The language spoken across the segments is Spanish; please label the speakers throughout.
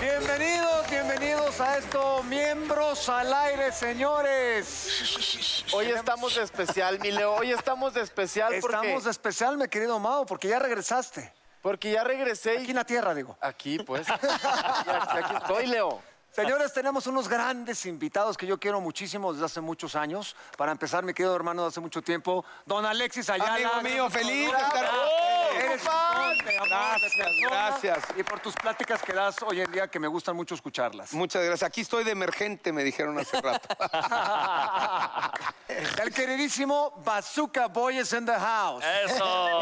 Speaker 1: Bienvenidos, bienvenidos a esto, miembros al aire, señores.
Speaker 2: Hoy estamos de especial, mi Leo. Hoy estamos de especial porque,
Speaker 1: Estamos de especial, mi querido Mao, porque ya regresaste.
Speaker 2: porque ya regresé. y-
Speaker 1: Aquí en la tierra, digo.
Speaker 2: Aquí, pues. Y aquí, aquí estoy, Leo.
Speaker 1: Señores, tenemos unos grandes invitados que yo quiero muchísimo desde hace muchos años. Para empezar, mi querido hermano de hace mucho tiempo, don Alexis Ayala.
Speaker 3: Amigo mío, feliz de
Speaker 1: Gracias.
Speaker 3: estar-
Speaker 1: Eres un hombre, amor de
Speaker 3: Gracias,
Speaker 1: persona,
Speaker 3: gracias.
Speaker 1: Y por tus pláticas que das hoy en día, que me gustan mucho escucharlas.
Speaker 3: Muchas gracias. Aquí estoy de emergente, me dijeron hace rato.
Speaker 1: El queridísimo Bazooka Boy is in the house.
Speaker 4: Eso.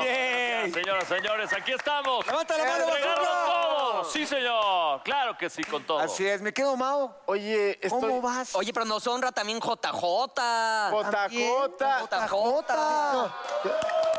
Speaker 4: Señoras, señores, aquí estamos.
Speaker 1: Levanta la mano,
Speaker 4: Entregarlo
Speaker 1: Bazooka.
Speaker 4: todo. Sí, señor. Claro que sí, con todo.
Speaker 1: Así es, me quedo Mao.
Speaker 2: Oye, este, estoy.
Speaker 1: ¿Cómo vas?
Speaker 5: Oye, pero nos honra también JJ.
Speaker 2: Jotacota.
Speaker 5: JJ.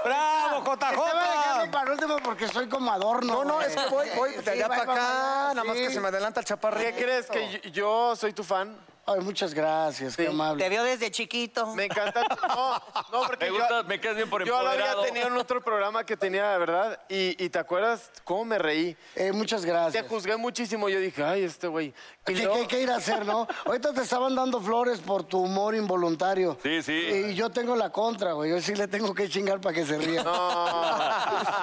Speaker 3: ¡Bravo, JJ!
Speaker 6: para último porque soy como adorno.
Speaker 1: No, no, es que voy, voy de allá
Speaker 6: va,
Speaker 1: para
Speaker 6: va,
Speaker 1: acá,
Speaker 6: va,
Speaker 1: nada más
Speaker 6: sí.
Speaker 1: que se me adelanta el
Speaker 2: ¿Qué
Speaker 1: chaparrito.
Speaker 2: crees? Que yo, yo soy tu fan.
Speaker 6: Ay, muchas gracias, qué amable.
Speaker 5: Te veo desde chiquito.
Speaker 2: Me encanta. tu- No, no, porque
Speaker 4: Me
Speaker 2: yo-
Speaker 4: gusta, me quedas bien por
Speaker 2: yo lo había
Speaker 4: empoderado.
Speaker 2: tenido en otro programa que tenía, ¿verdad? Y, y te acuerdas cómo me reí.
Speaker 6: Eh, muchas
Speaker 2: Te
Speaker 6: gracias.
Speaker 2: juzgué muchísimo. Yo dije, ay, este güey. Y
Speaker 6: ¿Qué,
Speaker 2: luego-
Speaker 6: qué- qué ir a hacer, no? Ahorita te estaban dando flores por tu humor involuntario.
Speaker 4: Sí, sí.
Speaker 6: Y yo tengo la contra, güey. Yo sí le tengo que chingar para que se ría.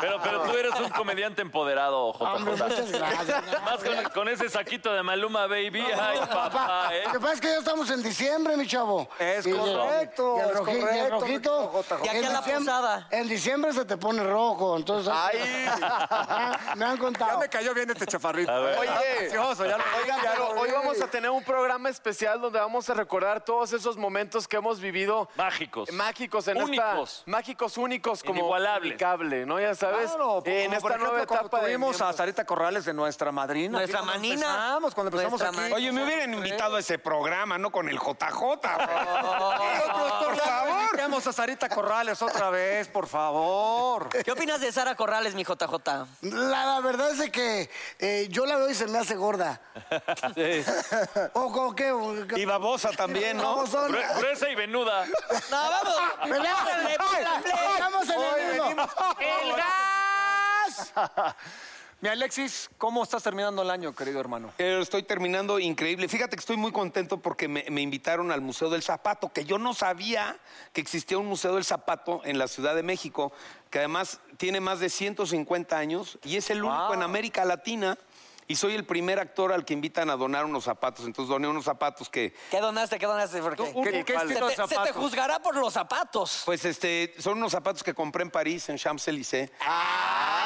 Speaker 4: Pero, pero tú eres un comediante empoderado,
Speaker 6: Hombre, muchas
Speaker 4: JJ.
Speaker 6: gracias.
Speaker 4: Más con, con ese saquito de Maluma Baby. Ay, papá, ¿eh?
Speaker 6: Lo que pasa es que ya estamos en diciembre, mi chavo.
Speaker 1: Es
Speaker 6: Y el-
Speaker 1: correcto,
Speaker 6: Y el,
Speaker 1: es
Speaker 6: roji- y
Speaker 1: correcto, mi
Speaker 6: el rojito.
Speaker 1: querido JJ.
Speaker 5: Y aquí
Speaker 6: en
Speaker 5: a la
Speaker 6: diciembre-
Speaker 5: posada.
Speaker 6: En diciembre se te pone rojo, entonces.
Speaker 2: Ay.
Speaker 6: Me han
Speaker 1: Ya
Speaker 6: contado.
Speaker 1: me cayó bien este chaparrito.
Speaker 2: Oye.
Speaker 1: Precioso, ya lo vi,
Speaker 2: Oigan,
Speaker 1: ya
Speaker 2: pero
Speaker 1: lo
Speaker 2: hoy
Speaker 1: vi.
Speaker 2: vamos a tener un programa especial donde vamos a recordar todos esos momentos que hemos vivido.
Speaker 4: Mágicos.
Speaker 2: Mágicos en
Speaker 4: Únicos.
Speaker 2: esta. Mágicos únicos como
Speaker 4: Inigualables.
Speaker 2: cable, ¿no? Ya sabes.
Speaker 1: Claro,
Speaker 2: eh, en
Speaker 1: como
Speaker 2: esta
Speaker 1: por ejemplo,
Speaker 2: nueva
Speaker 1: cuando
Speaker 2: etapa de
Speaker 1: tuvimos a
Speaker 2: miembros.
Speaker 1: Sarita Corrales de nuestra madrina.
Speaker 5: Nuestra
Speaker 1: Aquí cuando
Speaker 5: manina.
Speaker 1: Empezamos, cuando empezamos
Speaker 5: Nuestra
Speaker 1: aquí.
Speaker 5: ma-
Speaker 3: Oye, me hubieran invitado a ese programa, no con el JJ. güey. Por
Speaker 6: ¡Ah!
Speaker 3: favor.
Speaker 1: Invitemos a Sarita Corrales otra vez, por favor.
Speaker 5: ¿Qué opinas de Sara Corrales, mi JJ?
Speaker 6: La, la verdad es de que eh, yo la veo y se me hace gorda. o con qué. o-
Speaker 3: Y babosa también, ¿no?
Speaker 6: babosona.
Speaker 4: Gru- Gruesa y venuda.
Speaker 5: No, vamos.
Speaker 6: ¿Verdad?
Speaker 5: Órale, ponla play.
Speaker 6: Estamos en
Speaker 1: Hoy
Speaker 6: el mismo.
Speaker 1: venimos- Mi Alexis, ¿cómo estás terminando el año, querido hermano?
Speaker 3: Eh, Estoy terminando increíble. Fíjate que estoy muy contento porque me, me invitaron al Museo del Zapato, que yo no sabía que existía un Museo del Zapato en la Ciudad de México, que además tiene más de 150 años y es el único en América Latina. Y soy el primer actor al que invitan a donar unos zapatos. Entonces doné unos zapatos que,
Speaker 5: ¿Qué donaste? ¿Qué donaste? ¿Por qué?
Speaker 1: ¿Qué- qué
Speaker 5: Se
Speaker 1: estilo de
Speaker 5: este te- se te
Speaker 1: zapatos?
Speaker 5: juzgará por los zapatos.
Speaker 3: pues este, son unos zapatos que compré en París, en Champs-Élysées.
Speaker 5: Ah.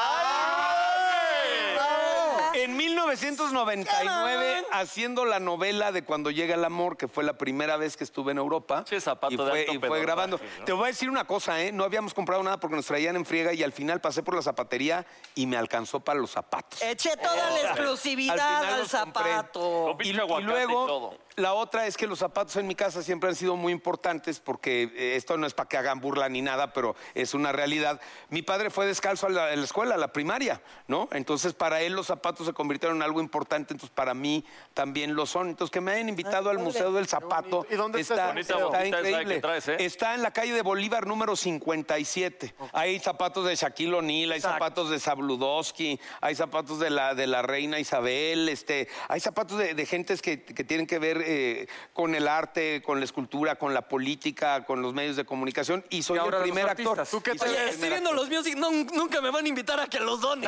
Speaker 5: Ah.
Speaker 3: En 1999, haciendo la novela de Cuando llega el amor, que fue la primera vez que estuve en Europa.
Speaker 4: Che, zapato
Speaker 3: y
Speaker 4: de
Speaker 3: fue,
Speaker 4: alto
Speaker 3: y fue
Speaker 4: pedorraje,
Speaker 3: grabando.
Speaker 4: ¿no?
Speaker 3: Te voy a decir una cosa, ¿eh? No habíamos comprado nada porque nos traían en friega y al final pasé por la zapatería y me alcanzó para los zapatos.
Speaker 5: Eché toda la exclusividad al
Speaker 3: los compré.
Speaker 5: zapato.
Speaker 4: Con
Speaker 3: Y,
Speaker 4: pinche
Speaker 3: y
Speaker 4: aguacate y
Speaker 3: luego,
Speaker 4: todo.
Speaker 3: la otra es que los zapatos en mi casa siempre han sido muy importantes porque eh, esto no es para que hagan burla ni nada, pero es una realidad. Mi padre fue descalzo a la, a la escuela, a la primaria, ¿no? Entonces, para él los zapatos se convirtieron en algo importante, entonces para mí también lo son. Entonces, que me hayan invitado al Museo del Zapato.
Speaker 2: bonito. ¿Y dónde está
Speaker 3: está?
Speaker 2: ese
Speaker 4: museo?
Speaker 3: está
Speaker 4: Bonita botita esa que
Speaker 3: increíble.
Speaker 4: traes, ¿eh?
Speaker 3: Está en la calle de Bolívar número 57. Hay zapatos de Shaquille O'Neal, hay zapatos de Sabludowski, hay zapatos de la, de la reina Isabel, este, hay zapatos de, de gentes que, que tienen que ver eh, con el arte, con la escultura, con la política, con los medios de comunicación y soy
Speaker 1: Y ahora
Speaker 3: el
Speaker 1: los
Speaker 3: primer actor.
Speaker 1: artistas. ¿Tú qué
Speaker 3: Y soy
Speaker 5: Oye,
Speaker 3: el primer
Speaker 5: estoy viendo
Speaker 3: actor.
Speaker 5: los míos y no- nunca me van a invitar a que los done.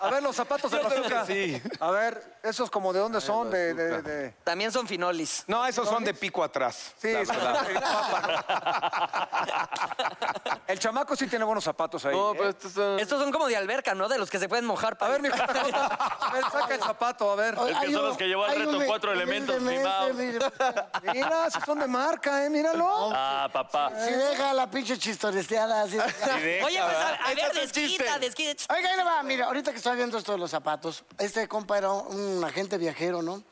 Speaker 1: A ver, los zapatos de
Speaker 3: Yo creo
Speaker 1: bazooka.
Speaker 3: que sí.
Speaker 1: A ver, esos como de dónde son, de, de, de-
Speaker 5: También son finolis.
Speaker 3: No, esos son de pico atrás.
Speaker 1: Sí,
Speaker 3: la
Speaker 1: son
Speaker 3: verdad.
Speaker 1: de papa, ¿no? El chamaco sí tiene buenos zapatos ahí.
Speaker 2: No,
Speaker 1: ¿eh?
Speaker 2: pero
Speaker 4: pues,
Speaker 2: estos son...
Speaker 5: Estos son como de alberca, ¿no? De los que se pueden mojar.
Speaker 1: A
Speaker 5: pa-
Speaker 1: ver, mi hijo, a ver, saca el zapato, a ver.
Speaker 6: Hay
Speaker 4: son
Speaker 6: uno-
Speaker 4: los que llevó al
Speaker 6: hay
Speaker 4: reto
Speaker 6: uno de-
Speaker 4: cuatro
Speaker 6: hay uno de
Speaker 4: elementos, mi
Speaker 6: mente,
Speaker 4: Mau.
Speaker 6: mira.
Speaker 1: Mira, esos son de marca, ¿eh? Míralo.
Speaker 4: Ah, papá.
Speaker 6: Si deja la pinche chistoresteada así.
Speaker 5: Oye, pues a, a ver,
Speaker 2: Échate el
Speaker 5: desquita,
Speaker 2: chiste.
Speaker 5: desquita.
Speaker 6: Oiga, ahí le va, mira, ahorita que estoy viendo esto de los zapatos, este compa era un agente viajero, ¿no?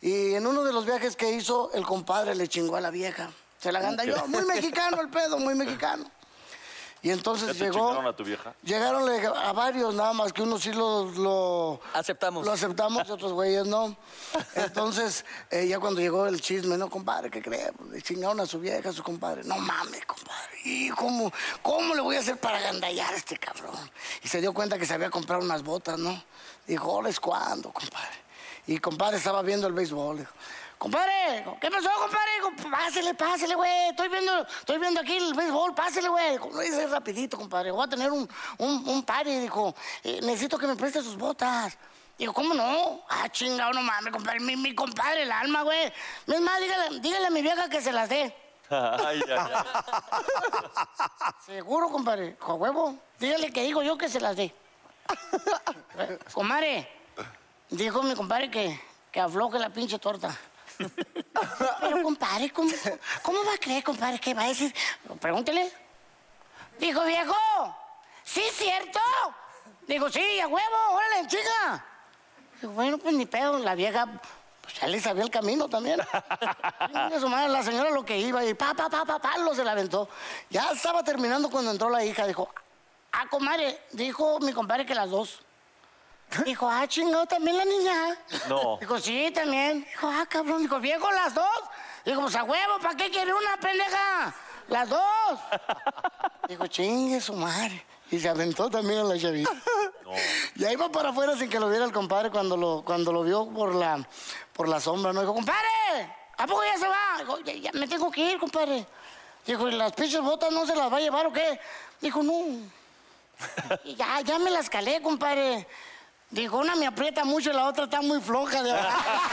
Speaker 6: Y en uno de los viajes que hizo, el compadre le chingó a la vieja. Se la ganda yo, muy mexicano el pedo, muy mexicano. Y entonces
Speaker 4: ¿Ya te
Speaker 6: llegó.
Speaker 4: chingaron a tu vieja?
Speaker 6: Llegaron le- a varios, nada más que unos sí los- lo,
Speaker 5: Aceptamos.
Speaker 6: lo aceptamos y otros güeyes no. Entonces, eh, ya cuando llegó el chisme, no, compadre, ¿qué cree? Le chingaron a su vieja, a su compadre. No mames, compadre. ¿Y cómo, cómo le voy a hacer para gandallar a este cabrón? Y se dio cuenta que se había comprado unas botas, ¿no? Dijo, "Ahora es cuando, compadre? Y compadre estaba viendo el béisbol. dijo, Compadre, ¿qué pasó, compadre? Digo, Pásele, pásele, güey. Estoy viendo, estoy viendo aquí el béisbol, pásele, güey. Lo hice rapidito, compadre. Voy a tener un, un, un party. Dijo, "Eh, necesito que me preste sus botas. Digo, ¿cómo no? Ah, chingado, no mames, compadre. Mi, mi compadre, el alma, güey. Es más, dígale, dígale a mi vieja que se las dé.
Speaker 4: Ay, ay, ay.
Speaker 6: Seguro, compadre. Con huevo. Dígale que digo yo que se las dé. Eh, Comadre, dijo mi compadre que, que afloje la pinche torta. Pero, compadre, ¿cómo, cómo va a creer, compadre? ¿Qué va a decir? Pregúntele. Dijo, viejo, ¿sí es cierto? Digo, sí, a huevo, órale, chica. Digo, bueno, pues ni pedo, la vieja, pues ya le sabía el camino también. Chingue su madre, la señora lo que iba y pa, pa, pa, pa, pa, lo se la aventó. Ya estaba terminando cuando entró la hija, dijo, ah, comadre, dijo mi compadre que las dos. Dijo, ah, chingado, también la niña.
Speaker 4: No.
Speaker 6: Dijo, sí, también. Dijo, ah, cabrón. Dijo, viejo, las dos. Dijo, pues a huevo, ¿para qué quiere una pendeja? Las dos. Dijo, chingue su madre. Y se aventó también a la chavita. Y ahí va para afuera sin que lo viera el compadre cuando lo, cuando lo vio por la, por la sombra. No dijo, compadre, ¿a poco ya se va? Dijo, ya, ya me tengo que ir, compadre. Dijo, ¿y las pinches botas no se las va a llevar o qué? Dijo, no. Y ya, ya me las calé, compadre. Dijo, una me aprieta mucho y la otra está muy floja de abajo.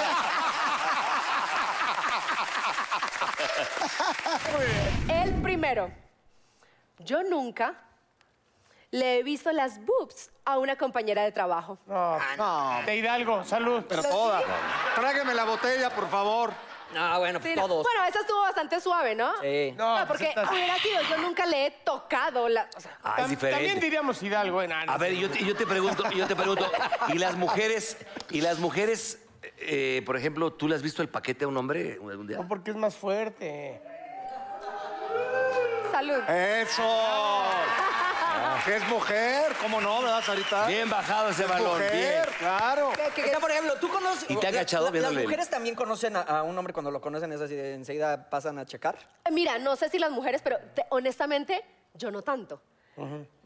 Speaker 7: El primero. Yo nunca le he visto las boobs a una compañera de trabajo.
Speaker 5: Ah,
Speaker 8: De Hidalgo, salud.
Speaker 1: Pero toda. Trágueme la botella, por favor.
Speaker 5: No, bueno,
Speaker 7: Sí, no.
Speaker 5: todos.
Speaker 7: Bueno, esa estuvo bastante suave, ¿no?
Speaker 5: Sí.
Speaker 7: No,
Speaker 8: No,
Speaker 7: porque
Speaker 8: pues estás-
Speaker 7: si hubiera sido, yo nunca le he tocado la... o sea,
Speaker 8: Tam-
Speaker 9: Ah, es
Speaker 8: También
Speaker 9: diferente.
Speaker 8: diríamos Hidalgo, en
Speaker 10: Ah,
Speaker 9: A ver, yo te, yo te pregunto, yo te pregunto, ¿y las mujeres, y las mujeres, eh, por ejemplo, tú le has visto el paquete a un hombre algún día?
Speaker 8: No, porque es más fuerte.
Speaker 7: salud.
Speaker 1: Eso. ¿Qué es mujer? ¿Cómo no, verdad, Sarita?
Speaker 9: Bien bajado ese balón, bien.
Speaker 1: mujer, claro.
Speaker 7: ¿Qué- qué-
Speaker 5: O sea, por ejemplo, tú conoces.
Speaker 9: ¿Y te ha
Speaker 5: la-
Speaker 9: cachado
Speaker 5: la- Las
Speaker 9: viéndole el-
Speaker 5: mujeres también conocen a, a un hombre cuando lo conocen, es así, de enseguida pasan a checar.
Speaker 7: Mira, no sé si las mujeres, pero te- honestamente, yo no tanto.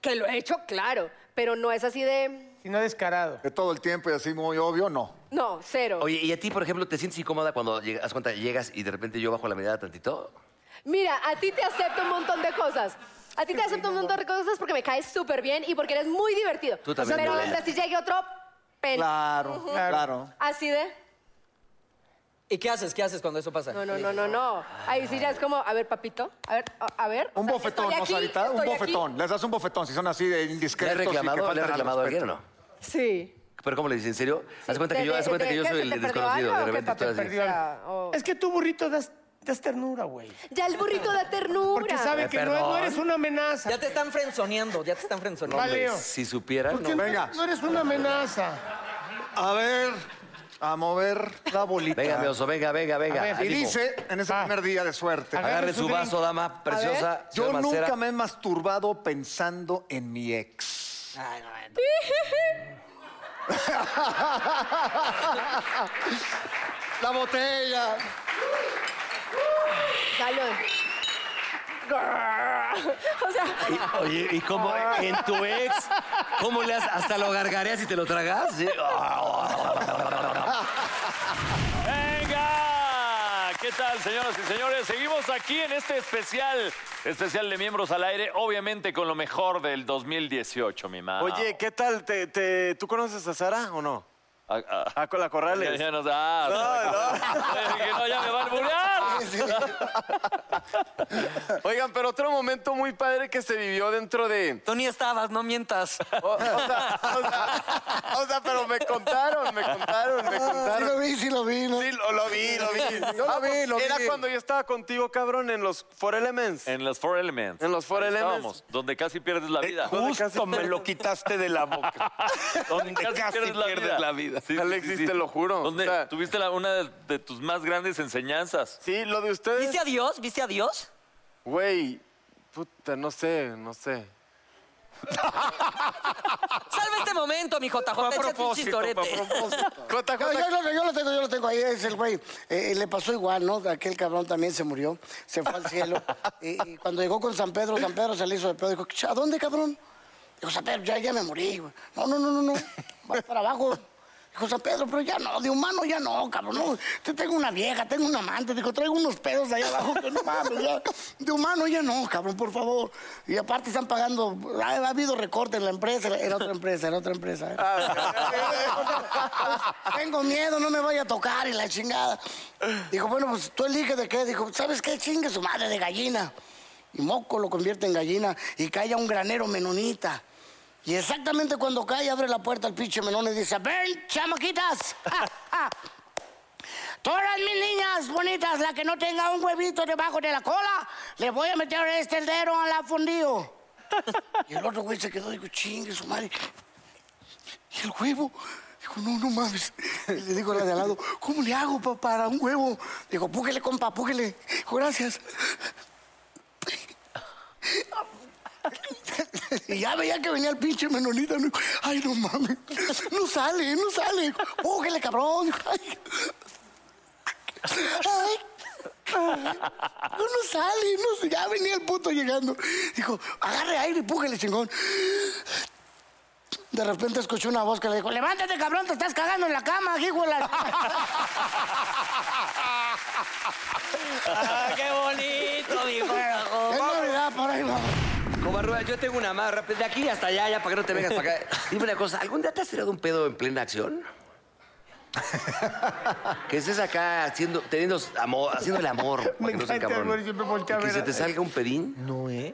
Speaker 7: Que lo he hecho, claro, pero no es así de...
Speaker 8: Si no descarado.
Speaker 1: De todo el tiempo y así muy obvio, no.
Speaker 7: No, cero.
Speaker 9: Oye, ¿y a ti, por ejemplo, te sientes incómoda cuando llegas, haz cuenta, llegas y de repente yo bajo la mirada tantito?
Speaker 7: Mira, a ti te acepto un montón de cosas. A ti te acepto un montón de cosas porque me caes súper bien y porque eres muy divertido.
Speaker 9: Tú también,
Speaker 7: Pero
Speaker 9: Lorena.
Speaker 7: mientras si llegue otro... pel-
Speaker 5: Claro,
Speaker 8: claro.
Speaker 7: Así de...
Speaker 5: ¿Y qué haces? ¿Qué haces cuando eso pasa?
Speaker 7: No, no, no, no, no. Ahí sí ya es como, a ver, papito, a ver, a, a ver.
Speaker 1: Un
Speaker 7: o sea,
Speaker 1: bofetón,
Speaker 7: estoy
Speaker 1: ¿no,
Speaker 7: aquí,
Speaker 1: Sarita? Un
Speaker 7: estoy
Speaker 1: bofetón.
Speaker 7: aquí.
Speaker 1: Les das un bofetón si son así de
Speaker 9: ¿Le has
Speaker 1: indiscretos. y que
Speaker 9: reclamado,
Speaker 1: faltan
Speaker 9: le has
Speaker 1: al
Speaker 9: reclamado a alguien o
Speaker 1: respeto.
Speaker 9: no?
Speaker 7: Sí.
Speaker 9: ¿Pero cómo le dices? ¿En serio? haz cuenta
Speaker 7: De-
Speaker 9: que yo,
Speaker 7: de-
Speaker 9: haz cuenta
Speaker 7: de-
Speaker 9: que yo
Speaker 7: ¿qué?
Speaker 9: soy
Speaker 7: ¿Se
Speaker 9: el
Speaker 7: te perdió
Speaker 9: desconocido.
Speaker 7: algo o
Speaker 9: De
Speaker 7: qué,
Speaker 9: repente
Speaker 7: papi?
Speaker 9: tú eres así.
Speaker 7: Perdió. sea, o-
Speaker 8: Es que tu burrito das, das ternura, güey.
Speaker 7: Ya el burrito da ternura.
Speaker 8: Porque sabe
Speaker 9: Eh,
Speaker 8: que no,
Speaker 9: perdón.
Speaker 8: no eres una amenaza.
Speaker 5: Ya te están frenzoneando, ya te están frenzoneando.
Speaker 8: Vale.
Speaker 9: Si supieras, no.
Speaker 8: Porque no-
Speaker 1: Venga.
Speaker 8: No eres una amenaza.
Speaker 1: A ver, a mover la bolita.
Speaker 9: Venga, mi oso, venga, venga, venga.
Speaker 8: A ver,
Speaker 1: Y
Speaker 9: ánimo.
Speaker 1: dice en ese
Speaker 8: Va.
Speaker 1: primer día de suerte.
Speaker 8: Agarre
Speaker 9: Agarre
Speaker 8: su
Speaker 9: su
Speaker 8: drink.
Speaker 9: vaso, dama preciosa.
Speaker 1: Yo
Speaker 9: señor Mancera.
Speaker 1: nunca me he masturbado pensando en mi ex.
Speaker 5: Ay, no, no.
Speaker 1: La botella.
Speaker 7: Salud. Grrr. O sea,
Speaker 9: Y- Oye, ¿y cómo en tu ex? ¿Cómo le has, hasta lo gargareas y te lo tragas? Sí.
Speaker 4: ¡Venga! Ah, ¿Qué tal, señoras y señores? Seguimos aquí en este especial, especial de Miembros al Aire, obviamente con lo mejor del 2018, mi
Speaker 1: Ah.
Speaker 4: mamá.
Speaker 2: Oye, ¿qué tal? ¿Te, te- tú conoces a Sara o no?
Speaker 4: Ah, ah.
Speaker 2: A Cola Corrales.
Speaker 4: Ya, ya nos- ah, Oye, dije, no, ya me va a alburear.
Speaker 2: Oigan, pero otro momento muy padre que se vivió dentro de...
Speaker 11: Tú ni estabas, no mientas.
Speaker 2: O, o sea, o sea- o sea, pero me contaron, me contaron, me contaron.
Speaker 12: Ah, Sí lo vi, sí lo vi. ¿no?
Speaker 2: Sí, lo, lo vi, lo vi.
Speaker 8: Yo lo vi, lo
Speaker 2: Era
Speaker 8: vi.
Speaker 2: cuando yo estaba contigo, cabrón, en los Four Elements.
Speaker 4: En los Four Elements.
Speaker 2: En los Four
Speaker 4: Ahí
Speaker 2: Elements. Eh,
Speaker 4: estábamos, donde casi pierdes la vida.
Speaker 3: Eh, Justo me lo quitaste de la boca.
Speaker 4: donde casi,
Speaker 3: casi
Speaker 4: pierdes, la,
Speaker 3: pierdes
Speaker 4: vida.
Speaker 3: la vida.
Speaker 4: Sí, sí,
Speaker 2: Alexis,
Speaker 4: sí, sí.
Speaker 2: te lo juro.
Speaker 4: Donde
Speaker 2: O sea-
Speaker 4: tuviste la- una de, de tus más grandes enseñanzas.
Speaker 2: Sí, lo de ustedes.
Speaker 11: ¿Viste a Dios? ¿Viste a Dios?
Speaker 2: Güey, puta, no sé, no sé.
Speaker 11: Salve este momento, mi JJ. Échate un chistorete.
Speaker 2: Jota,
Speaker 12: No, yo, lo, yo lo tengo, yo lo tengo. Ahí es el güey. Eh, le pasó igual, ¿no? Aquel cabrón también se murió, se fue al cielo. y, y cuando llegó con San Pedro, San Pedro se le hizo de pedo. Dijo, "Ch- ¿a dónde, cabrón? Dijo, San Pedro, ya, ya me morí. güey. No, no, no, no, no. Vas para abajo. Dijo San Pedro, pero ya no, de humano ya no, cabrón. No, te tengo una vieja, tengo un amante. Dijo, traigo unos pedos de ahí abajo que no mames. ya. De humano ya no, cabrón, por favor. Y aparte están pagando. Ha, ha habido recorte en la empresa, en otra empresa, en otra empresa. ¿eh?
Speaker 2: Ah,
Speaker 12: Tengo miedo, no me vaya a tocar y la chingada. Dijo, bueno, pues tú eliges de qué. Dijo, ¿sabes qué? Chingue su madre de gallina. Y Moco lo convierte en gallina y cae a un granero menonita. Y exactamente cuando cae, abre la puerta al pinche menón y dice, ven, chamaquitas.
Speaker 6: Ah,
Speaker 12: Ja, ja. Todas mis niñas bonitas, la que no tenga un huevito debajo de la cola, le voy a meter este dedo al afundío. Y el otro güey se quedó, dijo, chingue su madre. ¿Y el huevo? Dijo, no, no mames. Y le dijo la de al lado, ¿cómo le hago pa- para un huevo? Dijo, púgele, compa, púgele. Dijo, gracias. Y ya veía que venía el pinche menonita. ¿no? Ay, no mames. No sale, no sale. Púgele, cabrón. Dijo, Ay. Ay. No, Ah, no sale, no sé. Ya venía el puto llegando. Dijo, agarre aire, púgele, chingón. De repente escuché una voz que
Speaker 6: "Pues
Speaker 12: le dijo, levántate, cabrón, te estás cagando en la cama, hijo de la-".
Speaker 11: Ah, ¡Qué bonito, mi
Speaker 12: Es Navidad, por ahí vamos.
Speaker 10: Cobarruda, yo tengo una más rápida. De aquí hasta allá, ya para que no te vengas para acá. Dime una cosa, ¿algún día te has tirado un pedo en plena acción? que estés acá haciendo, teniendo amor, haciendo el amor. para
Speaker 8: Me
Speaker 10: que no sea
Speaker 8: encanta,
Speaker 10: cabrón.
Speaker 8: güey, siempre voltea a
Speaker 10: ¿Y que
Speaker 8: ver
Speaker 10: se
Speaker 8: a-
Speaker 10: te salga un pedín.
Speaker 8: No, ¿eh?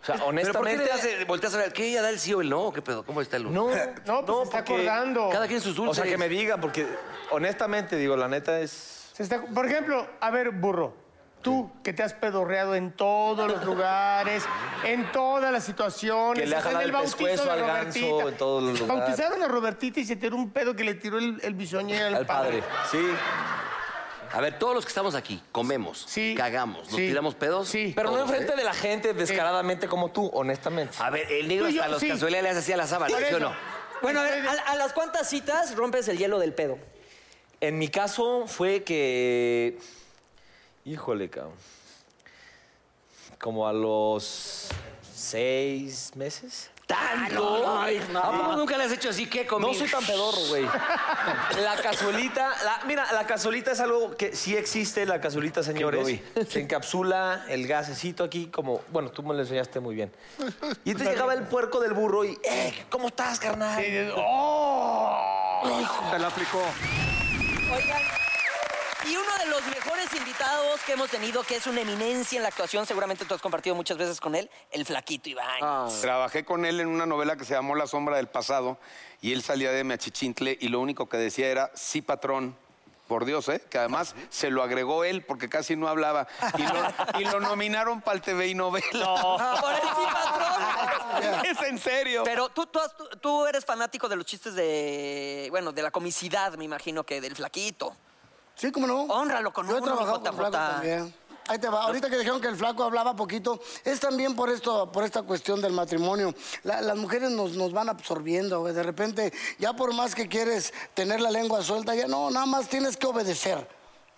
Speaker 10: O sea,
Speaker 8: honestamente-
Speaker 10: ¿Pero por qué le das, eh, volteas a ver? ¿Qué ella da el sí o el no? ¿Qué pedo? ¿Cómo está el
Speaker 8: No, no, pues se está acordando.
Speaker 10: Cada quien sus dulces.
Speaker 9: O sea, que me digan, porque honestamente, digo, la neta es.
Speaker 8: Se está- por ejemplo, a ver, burro, tú que te has pedorreado en todos los lugares, en todas las situaciones,
Speaker 9: Que le ha
Speaker 8: hasta en
Speaker 9: jalado
Speaker 8: el
Speaker 9: el
Speaker 8: bautizo
Speaker 9: pescuezo
Speaker 8: de
Speaker 9: al
Speaker 8: Robertita.
Speaker 9: ganso en todos los lugares.
Speaker 8: Bautizaron a Robertita y se tiró un pedo que le tiró el, el bisoñé al,
Speaker 10: Al padre.
Speaker 9: Sí.
Speaker 10: A ver, todos los que estamos aquí, comemos, cagamos, nos
Speaker 9: sí.
Speaker 10: tiramos pedos.
Speaker 9: Pero no
Speaker 10: todos,
Speaker 9: enfrente
Speaker 10: ¿eh?
Speaker 9: de la gente descaradamente como tú, honestamente.
Speaker 10: A ver, el negro
Speaker 9: Tú y yo,
Speaker 10: hasta los
Speaker 9: sí.
Speaker 10: cazuelas le hace así a la sábana,
Speaker 9: Por
Speaker 10: ¿sí o
Speaker 9: eso.
Speaker 10: no?
Speaker 11: Bueno, a, ver,
Speaker 8: Este,
Speaker 11: a- a las cuantas citas rompes el hielo del pedo.
Speaker 9: En mi caso fue que. Híjole, cabrón. Como a los seis meses.
Speaker 10: ¿Tanto?
Speaker 9: Ay, no.
Speaker 10: ¿A poco nunca le has hecho así? ¿Qué comí?
Speaker 9: No soy tan pedorro, güey. La cazuelita, la- mira, la cazuelita es algo que sí existe, la cazuelita, señores. Se encapsula el gasecito aquí como, bueno, tú me lo enseñaste muy bien. Y entonces llegaba el puerco del burro y, eh, ¿cómo estás, carnal?
Speaker 13: "Oh".
Speaker 8: Te la aplicó.
Speaker 11: Oigan, y uno de los mejores invitados que hemos tenido, que es una eminencia en la actuación, seguramente tú has compartido muchas veces con él, el flaquito Iván.
Speaker 3: Ah. Trabajé con él en una novela que se llamó La sombra del pasado y él salía de Machichintle y lo único que decía era sí patrón. Por Dios, ¿eh? Que además se lo agregó él porque casi no hablaba. Y lo, y lo nominaron para el TV y novela.
Speaker 11: Por el sí, patrón.
Speaker 3: Es en serio.
Speaker 11: Pero tú, tú, has- tú- tú eres fanático de los chistes de, bueno, de la comicidad, me imagino que del flaquito.
Speaker 12: Sí, cómo no.
Speaker 11: Hónralo con
Speaker 12: Yo he
Speaker 11: uno, mi
Speaker 12: trabajado con
Speaker 11: JJ.
Speaker 12: Flaco también. Ahí te va. Ahorita que dijeron que el flaco hablaba poquito, es también por esto, por esta cuestión del matrimonio. La- las mujeres nos, nos van absorbiendo, güey. De repente, ya por más que quieres tener la lengua suelta, ya no, nada más tienes que obedecer.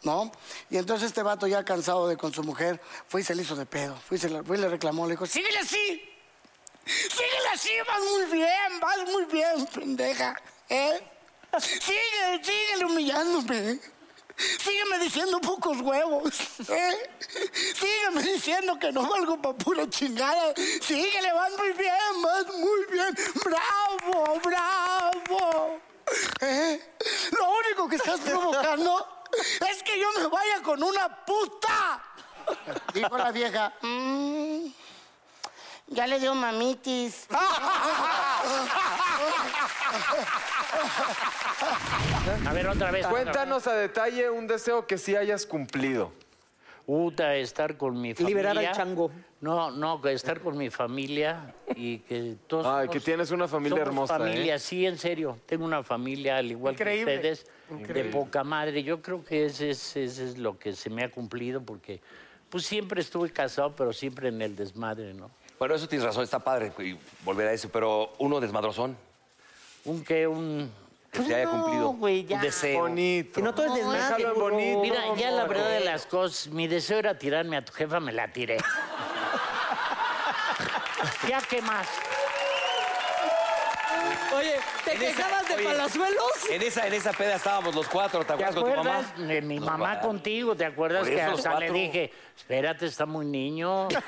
Speaker 12: ¿No? Y entonces este vato ya cansado de con su mujer, fue y se le hizo de pedo. Fue y, se le, fue y le reclamó, le dijo, síguele así. Síguele así, vas muy bien, vas muy bien, pendeja. ¿eh? Sigue, síguele humillándome.
Speaker 6: Sígueme diciendo pocos huevos. ¿eh? Sígueme diciendo que no valgo para pura chingada. Síguele, vas muy bien, vas muy bien. Bravo, bravo. ¿Eh? Lo único que estás provocando es que yo me vaya con una puta. Dijo la vieja. "Mm, ya le dio mamitis.
Speaker 14: A ver, otra vez.
Speaker 2: Cuéntanos a detalle un deseo que sí hayas cumplido.
Speaker 14: Puta, estar con mi familia.
Speaker 2: Liberar al chango.
Speaker 14: No, no, que estar con mi familia y que todos.
Speaker 2: Ay,
Speaker 14: somos-
Speaker 2: que tienes una familia
Speaker 14: somos
Speaker 2: hermosa, ¿eh?
Speaker 14: Familia, sí, en serio. Tengo una familia al igual
Speaker 2: Increíble.
Speaker 14: que ustedes,
Speaker 2: Increíble.
Speaker 14: de poca madre. Yo creo que ese es, ese es lo que se me ha cumplido porque, pues siempre estuve casado, pero siempre en el desmadre, ¿no?
Speaker 13: Bueno, eso tienes razón, está padre y volver a eso, pero uno desmadrozón.
Speaker 14: ¿Un qué? Un.
Speaker 13: Que se haya cumplido.
Speaker 14: güey, ya.
Speaker 13: Un deseo.
Speaker 14: Bonito.
Speaker 13: no todo es desmadre, Déjalo en burro. bonito,
Speaker 14: Mira, ya la
Speaker 13: hombre.
Speaker 14: verdad de las cosas, mi deseo era tirarme a tu jefa, me la tiré. ya, ¿qué más?
Speaker 11: Oye, ¿te
Speaker 13: En esa- oye,
Speaker 9: Oh,
Speaker 13: En esa, en esa peda estábamos los cuatro, ¿te
Speaker 14: ¿Te
Speaker 13: acuerdas con tu mamá?
Speaker 14: acuerdas de mi
Speaker 13: Los
Speaker 14: mamá
Speaker 13: cuatro.
Speaker 14: contigo? ¿Te acuerdas
Speaker 13: Por
Speaker 14: que
Speaker 13: eso,
Speaker 14: hasta
Speaker 13: los
Speaker 14: le
Speaker 13: cuatro.
Speaker 14: dije, espérate, está muy niño?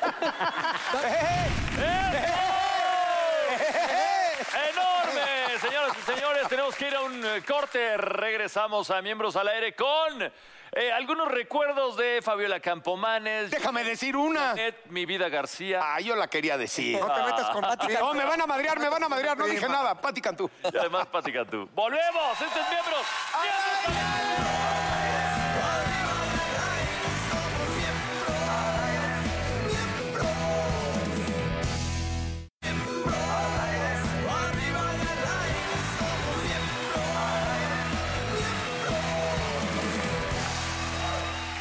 Speaker 4: ¡Enorme! Señoras y señores, tenemos que ir a un eh, corte. Regresamos a Miembros al Aire con eh, algunos recuerdos de Fabiola Campomanes. Déjame decir una. mi vida García. Ah,
Speaker 3: yo la quería decir. Ah.
Speaker 4: No te metas con Pati Cantú.
Speaker 3: No, me van a madrear, me van a madrear, no dije nada. Pati Cantú.
Speaker 4: Y además, Pática tú. ¡Volvemos! ¡Este es Miembros!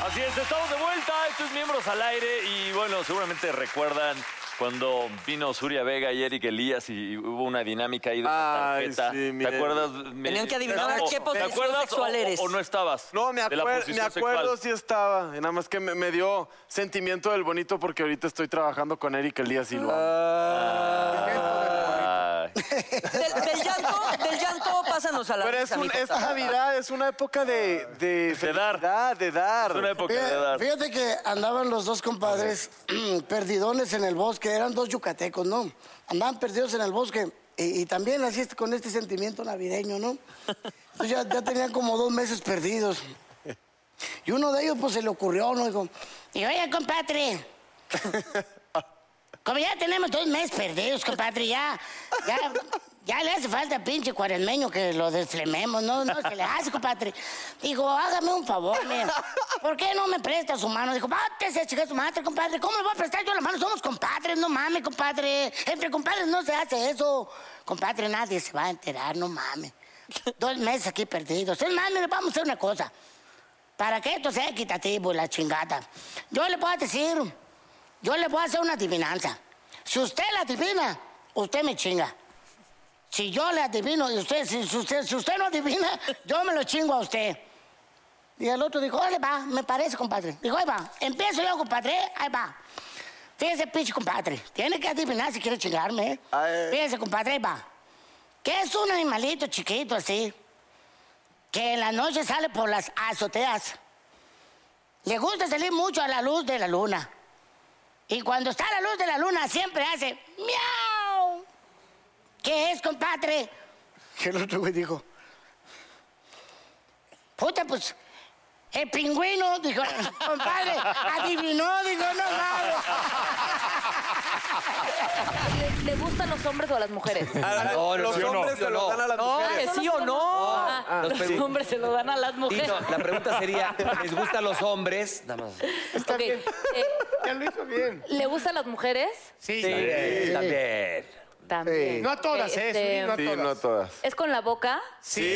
Speaker 4: Así es, estamos de vuelta. Estos Miembros al Aire. Y bueno, seguramente recuerdan cuando vino Suria Vega y Eric Elías y hubo una dinámica ahí de la
Speaker 2: Ay,
Speaker 4: tarjeta.
Speaker 2: sí,
Speaker 4: ¿Te
Speaker 2: miren.
Speaker 4: acuerdas?
Speaker 2: Tenían que adivinar
Speaker 4: No,
Speaker 2: qué
Speaker 4: ¿te
Speaker 2: posición
Speaker 4: acuerdas
Speaker 2: sexual
Speaker 4: o- o-
Speaker 2: eres.
Speaker 4: O, no estabas.
Speaker 2: No, me,
Speaker 4: De la
Speaker 2: acuer-
Speaker 4: posición
Speaker 2: me acuerdo
Speaker 4: sexual.
Speaker 2: si estaba. Nada más que me, me dio sentimiento del bonito porque ahorita estoy trabajando con Eric Elías y lo amo.
Speaker 11: Del, del llanto, del llanto, pásanos a la
Speaker 2: Pero es,
Speaker 11: risa,
Speaker 2: un-
Speaker 11: mijo.
Speaker 2: es Navidad, es una época de, de, dar. de dar.
Speaker 6: Fíjate, fíjate que andaban los dos compadres perdidones en el bosque, eran dos yucatecos, ¿no? Andaban perdidos en el bosque y, y también así est- con este sentimiento navideño, ¿no? Entonces ya, ya tenían como dos meses perdidos. Y uno de ellos pues se le ocurrió, ¿no? Dijo,
Speaker 12: Y oye, compadre.
Speaker 6: como ya tenemos dos meses perdidos, compadre, ya, ya, ya le hace falta al pinche cuaresmeño que lo desflememos, no, no se le hace, compadre. Dijo, hágame un favor, mire, ¿por qué no me presta su mano? Dijo, bátese, chica su madre, compadre, ¿cómo le voy a prestar yo la mano? Somos compadres, no mames, compadre, entre compadres no se hace eso. Compadre, nadie se va a enterar, no mames. Dos meses aquí perdidos. Es más, mire, vamos a hacer una cosa. Para que esto sea equitativo, y la chingada. Yo le puedo decir, yo le voy a hacer una adivinanza. Si usted la adivina, usted me chinga. Si yo le adivino y usted, si, si usted, si usted no adivina, yo me lo chingo a usted. Y el otro dijo, órale, va, me parece, compadre. Dijo, ahí va, empiezo yo, compadre, ahí va. Fíjese, pinche compadre, tiene que adivinar si quiere chingarme. ¿eh? Fíjese, compadre, ahí va. ¿Qué es un animalito chiquito así? Que en la noche sale por las azoteas. Le gusta salir mucho a la luz de la luna. Y cuando está la luz de la luna siempre hace miau. ¿Qué es, compadre?
Speaker 12: Que el otro güey dijo.
Speaker 6: Puta, pues el pingüino, dijo, compadre, adivinó, dijo, no mames.
Speaker 7: ¿Le, le gustan los hombres o a las mujeres?
Speaker 13: Ah,
Speaker 9: No, no,
Speaker 14: los
Speaker 9: sí o no,
Speaker 14: hombres
Speaker 9: sí o
Speaker 14: se lo
Speaker 9: no.
Speaker 14: dan a las
Speaker 9: No,
Speaker 14: mujeres.
Speaker 9: que sí o no.
Speaker 7: Ah,
Speaker 9: Ah,
Speaker 7: los
Speaker 9: los
Speaker 7: hombres se lo dan a las mujeres.
Speaker 9: Tito, la pregunta sería, ¿les gustan los hombres? Nada más.
Speaker 7: Ok, eh, ¿Le gustan las mujeres?
Speaker 9: Sí, también. también.
Speaker 7: También.
Speaker 8: No a todas,
Speaker 7: Ok,
Speaker 8: ¿eh?
Speaker 7: este,
Speaker 8: Zuli, no a
Speaker 2: Sí, no todas.
Speaker 7: ¿Es con la boca?
Speaker 2: Sí.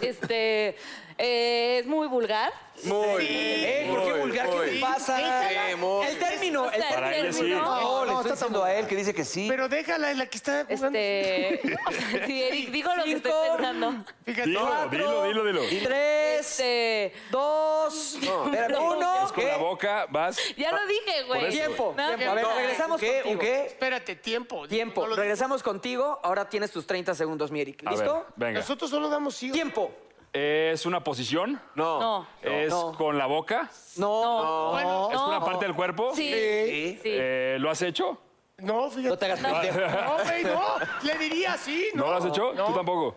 Speaker 7: Este. eh, ¿Es muy vulgar?
Speaker 2: Muy.
Speaker 9: Eh, ¿Por qué vulgar? ¿Qué te pasa?
Speaker 2: Sí, muy.
Speaker 9: El término. El
Speaker 7: Para ella sí.
Speaker 9: término. No, Oh, le estoy diciendo a él que dice que sí.
Speaker 8: Pero déjala, es la que está jugando.
Speaker 7: Este. Sí, Eric, digo lo que estoy pensando.
Speaker 8: Fíjate.
Speaker 9: Dilo,
Speaker 8: Cuatro.
Speaker 9: dilo, dilo, dilo.
Speaker 7: Tres.
Speaker 9: Este, Dos.
Speaker 7: No, espérate.
Speaker 9: uno.
Speaker 7: Es con la
Speaker 9: ¿Qué? boca vas.
Speaker 15: Ya lo dije, güey.
Speaker 9: Por eso,
Speaker 4: Tiempo.
Speaker 15: No,
Speaker 4: tiempo. A ver,
Speaker 15: no.
Speaker 4: regresamos
Speaker 9: ¿Qué?
Speaker 4: contigo.
Speaker 9: ¿Un qué?
Speaker 4: Espérate, tiempo. Tiempo. regresamos contigo. Ahora tienes tus 30 segundos, mi Eric.
Speaker 9: A ver,
Speaker 4: ¿Listo?
Speaker 9: venga.
Speaker 4: Nosotros solo damos Tiempo.
Speaker 9: ¿Es una posición? No.
Speaker 4: No.
Speaker 9: ¿Es
Speaker 4: No.
Speaker 9: con la boca?
Speaker 4: No.
Speaker 9: Bueno, ¿Es
Speaker 4: no.
Speaker 9: una parte del cuerpo?
Speaker 4: Sí.
Speaker 8: Sí. Sí.
Speaker 9: Eh, ¿Lo has hecho?
Speaker 8: No, fíjate. No te
Speaker 9: hagas pendejo.
Speaker 8: No, güey, no. Le diría sí,
Speaker 9: ¿No,
Speaker 8: no.
Speaker 9: lo has hecho?
Speaker 8: No.
Speaker 9: ¿Tú tampoco?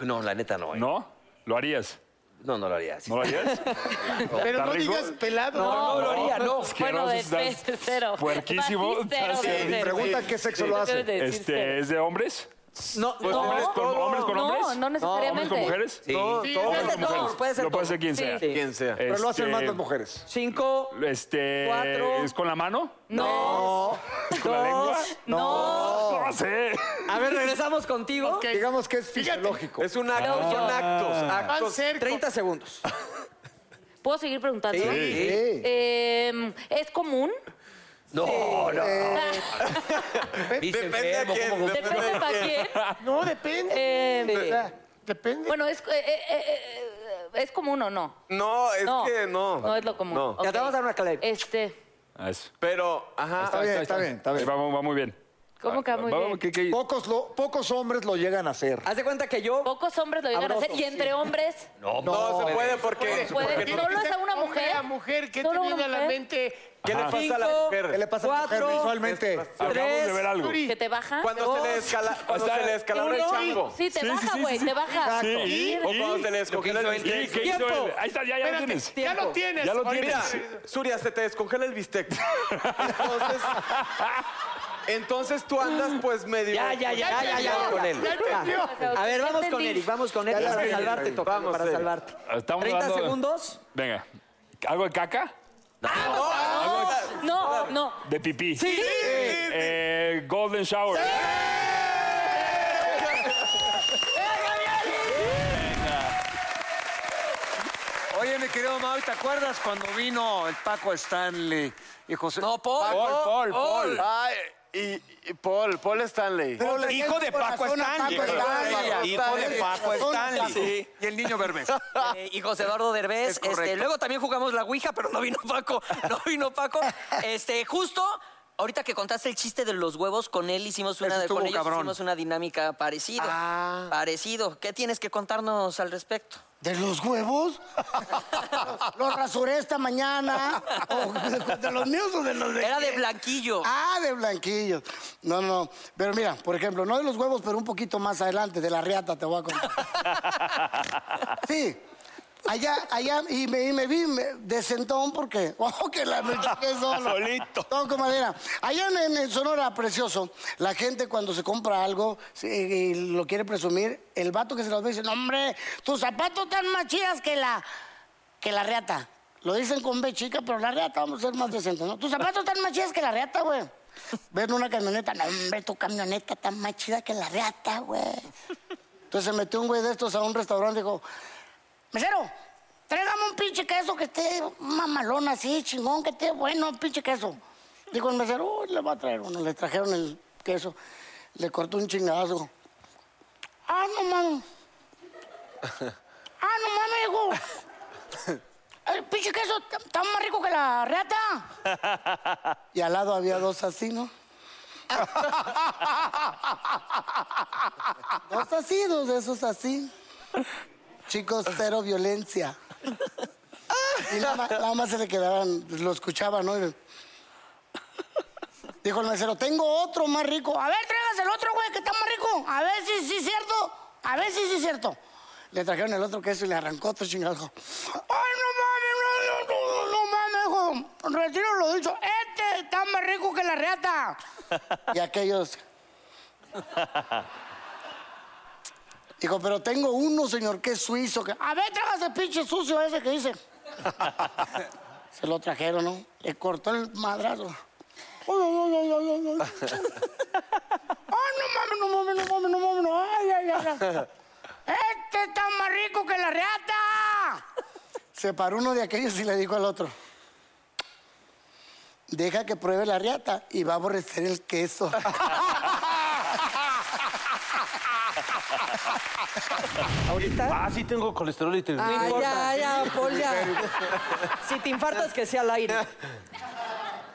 Speaker 16: No, la neta no.
Speaker 9: ¿No? ¿Lo harías?
Speaker 16: No, no lo harías.
Speaker 9: ¿No lo harías?
Speaker 8: Pero
Speaker 9: ¿Está
Speaker 8: no
Speaker 9: rico?
Speaker 8: digas pelado.
Speaker 9: No, no lo haría, no.
Speaker 8: Bueno,
Speaker 9: Asqueroso,
Speaker 8: de
Speaker 9: estás
Speaker 8: tres, cero.
Speaker 9: Puerquísimo.
Speaker 8: Para ti, cero,
Speaker 9: estás
Speaker 8: de
Speaker 9: asqueroso.
Speaker 8: cero. Pregunta qué sexo lo hace. Debes de decir cero.
Speaker 9: Este, ¿Es de hombres?
Speaker 4: No,
Speaker 9: Pues, ¿Hombres con hombres? Con
Speaker 15: No,
Speaker 9: hombres?
Speaker 15: no
Speaker 9: ¿Hombres con
Speaker 15: necesariamente.
Speaker 9: mujeres?
Speaker 15: Sí.
Speaker 9: No,
Speaker 15: Sí,
Speaker 9: todo
Speaker 15: puede
Speaker 9: hombre
Speaker 15: ser
Speaker 9: con
Speaker 15: todo,
Speaker 9: mujeres.
Speaker 15: puede ser
Speaker 9: Lo puede
Speaker 15: todo.
Speaker 9: ser quien
Speaker 15: Sí.
Speaker 9: sea.
Speaker 15: Sí.
Speaker 9: Quien sea.
Speaker 8: Pero lo hacen
Speaker 9: Este,
Speaker 8: más las mujeres.
Speaker 4: Cinco.
Speaker 9: Este,
Speaker 8: Cuatro.
Speaker 9: ¿Es con la mano?
Speaker 4: No.
Speaker 9: ¿Con la lengua?
Speaker 4: No.
Speaker 9: No sé.
Speaker 4: A ver, regresamos contigo.
Speaker 8: Digamos que es fisiológico.
Speaker 10: Es un acto, son
Speaker 9: Ah.
Speaker 10: actos, actos.
Speaker 4: 30 segundos.
Speaker 17: ¿Puedo seguir preguntando?
Speaker 10: Sí. Sí.
Speaker 17: Eh, ¿Es común?
Speaker 16: No, no.
Speaker 8: Depende a quién.
Speaker 17: Depende para quién.
Speaker 8: No, depende.
Speaker 17: Eh,
Speaker 8: O sea, depende.
Speaker 17: Bueno, es, eh, eh, eh, eh, ¿es común o no?
Speaker 2: No, es
Speaker 17: No.
Speaker 2: que no.
Speaker 17: No es lo común.
Speaker 2: No.
Speaker 17: Ok. Este,
Speaker 2: Pero, ajá.
Speaker 8: Está bien, está bien, está bien.
Speaker 9: Va, va muy bien.
Speaker 17: ¿cómo que muy bien?
Speaker 8: Pocos, lo- pocos hombres lo llegan a hacer.
Speaker 2: Ah,
Speaker 4: Haz de cuenta que yo.
Speaker 17: Pocos hombres lo llegan
Speaker 8: Abrazos,
Speaker 17: a hacer. Y entre hombres,
Speaker 8: No,
Speaker 2: No, se puede porque.
Speaker 17: Puede, puede.
Speaker 2: porque no-
Speaker 17: Solo es a una
Speaker 8: Hombre
Speaker 17: mujer.
Speaker 8: a mujer, ¿qué
Speaker 17: Solo
Speaker 8: te
Speaker 17: una
Speaker 8: viene a la
Speaker 17: mujer.
Speaker 8: mente?
Speaker 2: ¿Qué le pasa a la
Speaker 4: Cinco,
Speaker 2: mujer?
Speaker 8: ¿Qué le pasa a la
Speaker 4: cuatro,
Speaker 8: mujer visualmente?
Speaker 9: Acabamos de ver algo.
Speaker 17: ¿Que te baja?
Speaker 2: Cuando se le
Speaker 17: Dos.
Speaker 2: escala, cuando
Speaker 9: Está-
Speaker 2: se le escalabra el
Speaker 17: uno.
Speaker 2: chango.
Speaker 17: Sí, te baja, güey, te baja.
Speaker 9: Sí, y,
Speaker 2: O cuando se le descongela el
Speaker 9: ¿Y
Speaker 2: bistec.
Speaker 9: qué hizo él? Ahí está, ya, ya lo tienes.
Speaker 8: Ya lo tienes.
Speaker 9: Ya lo
Speaker 8: Ahorita.
Speaker 9: tienes.
Speaker 2: Mira, Surya, se te descongela el bistec. Entonces. Entonces tú andas pues medio.
Speaker 4: Ya, ya, ya, ya, ya, ya,
Speaker 2: con él.
Speaker 4: A ver, vamos con Eric, vamos con Eric
Speaker 2: Ya, ya,
Speaker 4: para
Speaker 2: ya, ya.
Speaker 4: salvarte, tocayo,
Speaker 2: Vamos,
Speaker 4: para
Speaker 2: Eric.
Speaker 4: salvarte.
Speaker 9: Estamos
Speaker 4: 30
Speaker 9: hablando de-
Speaker 4: segundos.
Speaker 9: Venga. ¿Algo de caca?
Speaker 17: No, no.
Speaker 9: De pipí. Sí. Eh, golden Shower.
Speaker 1: Oye, mi querido Mau, ¿te acuerdas cuando vino el Paco Stanley y José? No,
Speaker 2: Paul, Paul, Paul. Ay, y, y Paul, Paul Stanley.
Speaker 1: Pero le
Speaker 18: Hijo de
Speaker 1: tienes
Speaker 18: Paco
Speaker 1: corazón a
Speaker 18: Stanley.
Speaker 1: Paco Stanley.
Speaker 18: Hijo de Paco
Speaker 1: Corazón a
Speaker 18: Stanley.
Speaker 1: Paco.
Speaker 18: Sí.
Speaker 1: Y el niño Bermés.
Speaker 11: Eh, y José Eduardo Derbez. este,
Speaker 1: correcto.
Speaker 11: luego también jugamos la Ouija, pero no vino Paco. No vino Paco. Este, justo ahorita que contaste el chiste de los huevos, con él hicimos una,
Speaker 1: Eso estuvo
Speaker 11: con ellos
Speaker 1: cabrón. Ah.
Speaker 11: hicimos una dinámica parecida. Parecido. ¿Qué tienes que contarnos al respecto?
Speaker 12: ¿De los huevos? Los rasuré esta mañana. O, ¿De los míos o de los de
Speaker 11: Era de
Speaker 12: quién?
Speaker 11: blanquillo.
Speaker 12: Ah, de blanquillo. No, no. Pero mira, por ejemplo, no de los huevos, pero un poquito más adelante, de la riata te voy a contar. Sí. Allá, allá, y me, y me vi me- de sentón porque, oh, que la me chiqué solo.
Speaker 10: Solito.
Speaker 12: No, comadera. Allá en, en- en Sonora, precioso, la gente cuando se compra algo sí, y lo quiere presumir, el vato que se los ve dice, no, hombre, tus zapatos están más chidas que la, que la reata. Lo dicen con B chica, pero la reata vamos a ser más decentes, ¿no? Tus zapatos están más chidas que la reata, güey. Ven una camioneta, no, hombre, tu camioneta está más chida que la reata, güey. Entonces se metió un güey de estos a un restaurante y dijo, mesero, tráigame un pinche queso que esté mamalón así, chingón, que esté bueno, pinche queso. Dijo el mesero, "Uy, le va a traer uno. Le trajeron el queso, le cortó un chingadazo. Ah, no mames. Ah, no mames, hijo. El pinche queso está- está más rico que la reata. Y al lado había dos así, ¿no? Dos así, dos de esos así. Chicos, cero violencia. Y nada más, nada más se le quedaban, lo escuchaban, ¿no? Y- Dijo el mesero, tengo otro más rico. A ver, tráigase el otro, güey, que está más rico. A ver si sí es cierto. A ver si sí es cierto. Le trajeron el otro queso y le arrancó otro chingado. Dijo, ¡Ay, no mames, no, no, no, no mames, hijo! Retiro lo dicho. Este está más rico que la reata. Y aquellos... Dijo, pero tengo uno, señor, que es suizo. Que... A ver, tráigase el pinche sucio ese que dice. Se lo trajeron, ¿no? Le cortó el madrazo. Ay, ay, ay, ay, ay, ay. Ay, no mames, no mames, no mames, no mames, no. Ay, ay, ay, ay. Este está más rico que la reata. Se paró uno de aquellos y le dijo al otro. Deja que pruebe la riata y va a aborrecer el queso.
Speaker 19: ahorita.
Speaker 10: Ah, sí tengo colesterol y te...
Speaker 19: Ah,
Speaker 10: No
Speaker 19: ya,
Speaker 10: importa.
Speaker 19: ya, Paul, ya.
Speaker 11: Si te infartas, que sea al aire.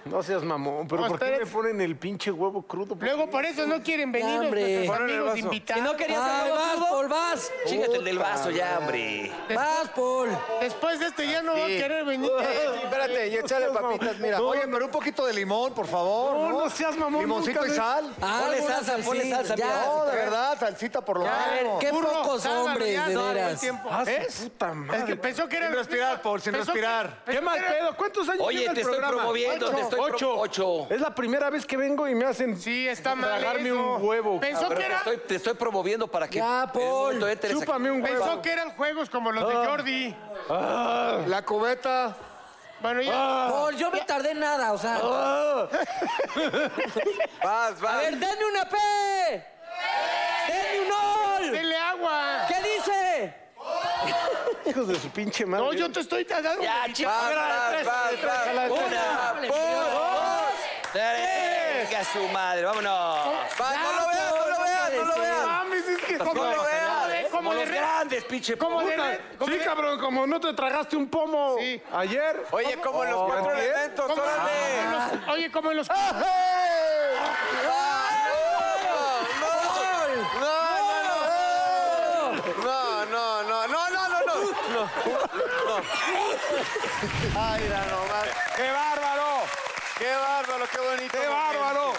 Speaker 10: No seas mamón, pero
Speaker 8: No,
Speaker 10: ¿por qué
Speaker 8: espérate.
Speaker 10: me ponen el pinche huevo crudo?
Speaker 8: Luego por eso no quieren venir
Speaker 10: No, hombre.
Speaker 8: nuestros
Speaker 10: Ponle el
Speaker 8: amigos
Speaker 10: vaso.
Speaker 8: invitados.
Speaker 10: Si no querías el
Speaker 8: Ay,
Speaker 10: huevo
Speaker 8: vas,
Speaker 11: crudo.
Speaker 8: Paul, vas.
Speaker 9: Chíngate el del vaso ya, hombre.
Speaker 8: Vas, Paul. Después de este ya no va a
Speaker 1: Sí.
Speaker 8: querer venir.
Speaker 1: Sí, espérate, y échale papitas, mira. Oye, pero un poquito de limón, por favor. No, no, seas mamón. Limoncito
Speaker 8: nunca,
Speaker 1: y
Speaker 8: güey.
Speaker 1: sal.
Speaker 8: Ah,
Speaker 1: Ponle
Speaker 8: alguna
Speaker 1: salsa, ponle
Speaker 8: salsita,
Speaker 1: salsa,
Speaker 8: ya.
Speaker 1: mira. No, de verdad, salsita por lo
Speaker 8: Ya, a ver,
Speaker 1: menos.
Speaker 8: qué Burro, pocos sálvalo, hombres, ya, de no, veras. el tiempo.
Speaker 10: Ah, su
Speaker 8: ¿Ves?
Speaker 10: puta madre.
Speaker 8: Es que pensó que era
Speaker 1: Sin
Speaker 8: lo-
Speaker 1: respirar, Paul, sin
Speaker 8: pensó que-
Speaker 1: respirar.
Speaker 10: ¿Qué mal pedo? ¿Cuántos años
Speaker 9: Oye,
Speaker 10: lleva el
Speaker 9: te estoy
Speaker 10: programa?
Speaker 9: promoviendo, te estoy pro-
Speaker 10: ocho.
Speaker 9: ocho.
Speaker 10: Es la primera vez que vengo y me hacen
Speaker 8: sí, está mal
Speaker 10: tragarme
Speaker 8: eso.
Speaker 10: un huevo.
Speaker 8: Pensó que
Speaker 9: Pero te
Speaker 8: era-
Speaker 9: estoy, te estoy promoviendo para que.
Speaker 8: Ya, Paul.
Speaker 9: Chúpame un huevo.
Speaker 8: Pensó que eran juegos como los de
Speaker 9: Ah.
Speaker 8: Jordi.
Speaker 9: Ah.
Speaker 8: La cubeta. Bueno, ya.
Speaker 10: Ah.
Speaker 11: Paul, yo me tardé en nada, o sea.
Speaker 8: Vas,
Speaker 11: A ver, denme una P. Denme un ol.
Speaker 8: Denle agua.
Speaker 11: ¿Qué dice?
Speaker 10: Hijos de su pinche madre.
Speaker 8: No, yo te estoy dando.
Speaker 11: Ya,
Speaker 8: un-
Speaker 11: chico, Vas, vas,
Speaker 8: tres,
Speaker 11: vas,
Speaker 8: tres,
Speaker 11: vas.
Speaker 8: a la
Speaker 11: Una,
Speaker 8: tres.
Speaker 9: Dale, ¡Que a su madre! ¡Vámonos!
Speaker 11: Ya, Paul,
Speaker 10: Mames, es que
Speaker 9: Como
Speaker 10: como
Speaker 9: los
Speaker 10: lo
Speaker 9: grandes,
Speaker 10: veas,
Speaker 9: como
Speaker 10: como
Speaker 9: los
Speaker 10: le
Speaker 9: grandes, pinche
Speaker 10: como
Speaker 9: puta.
Speaker 10: le Sí, cabrón, como no te tragaste un pomo ayer.
Speaker 2: Oye, como los cuatro
Speaker 10: ¿antier?
Speaker 2: elementos,
Speaker 10: ¿Cómo?
Speaker 2: órale.
Speaker 10: Ah.
Speaker 8: Oye, como en los.
Speaker 2: No, no, no, no, no, no, no.
Speaker 10: Ay, la nomás. ¡Qué bárbaro! ¡Qué bárbaro! ¡Qué bonito! ¡Qué bárbaro!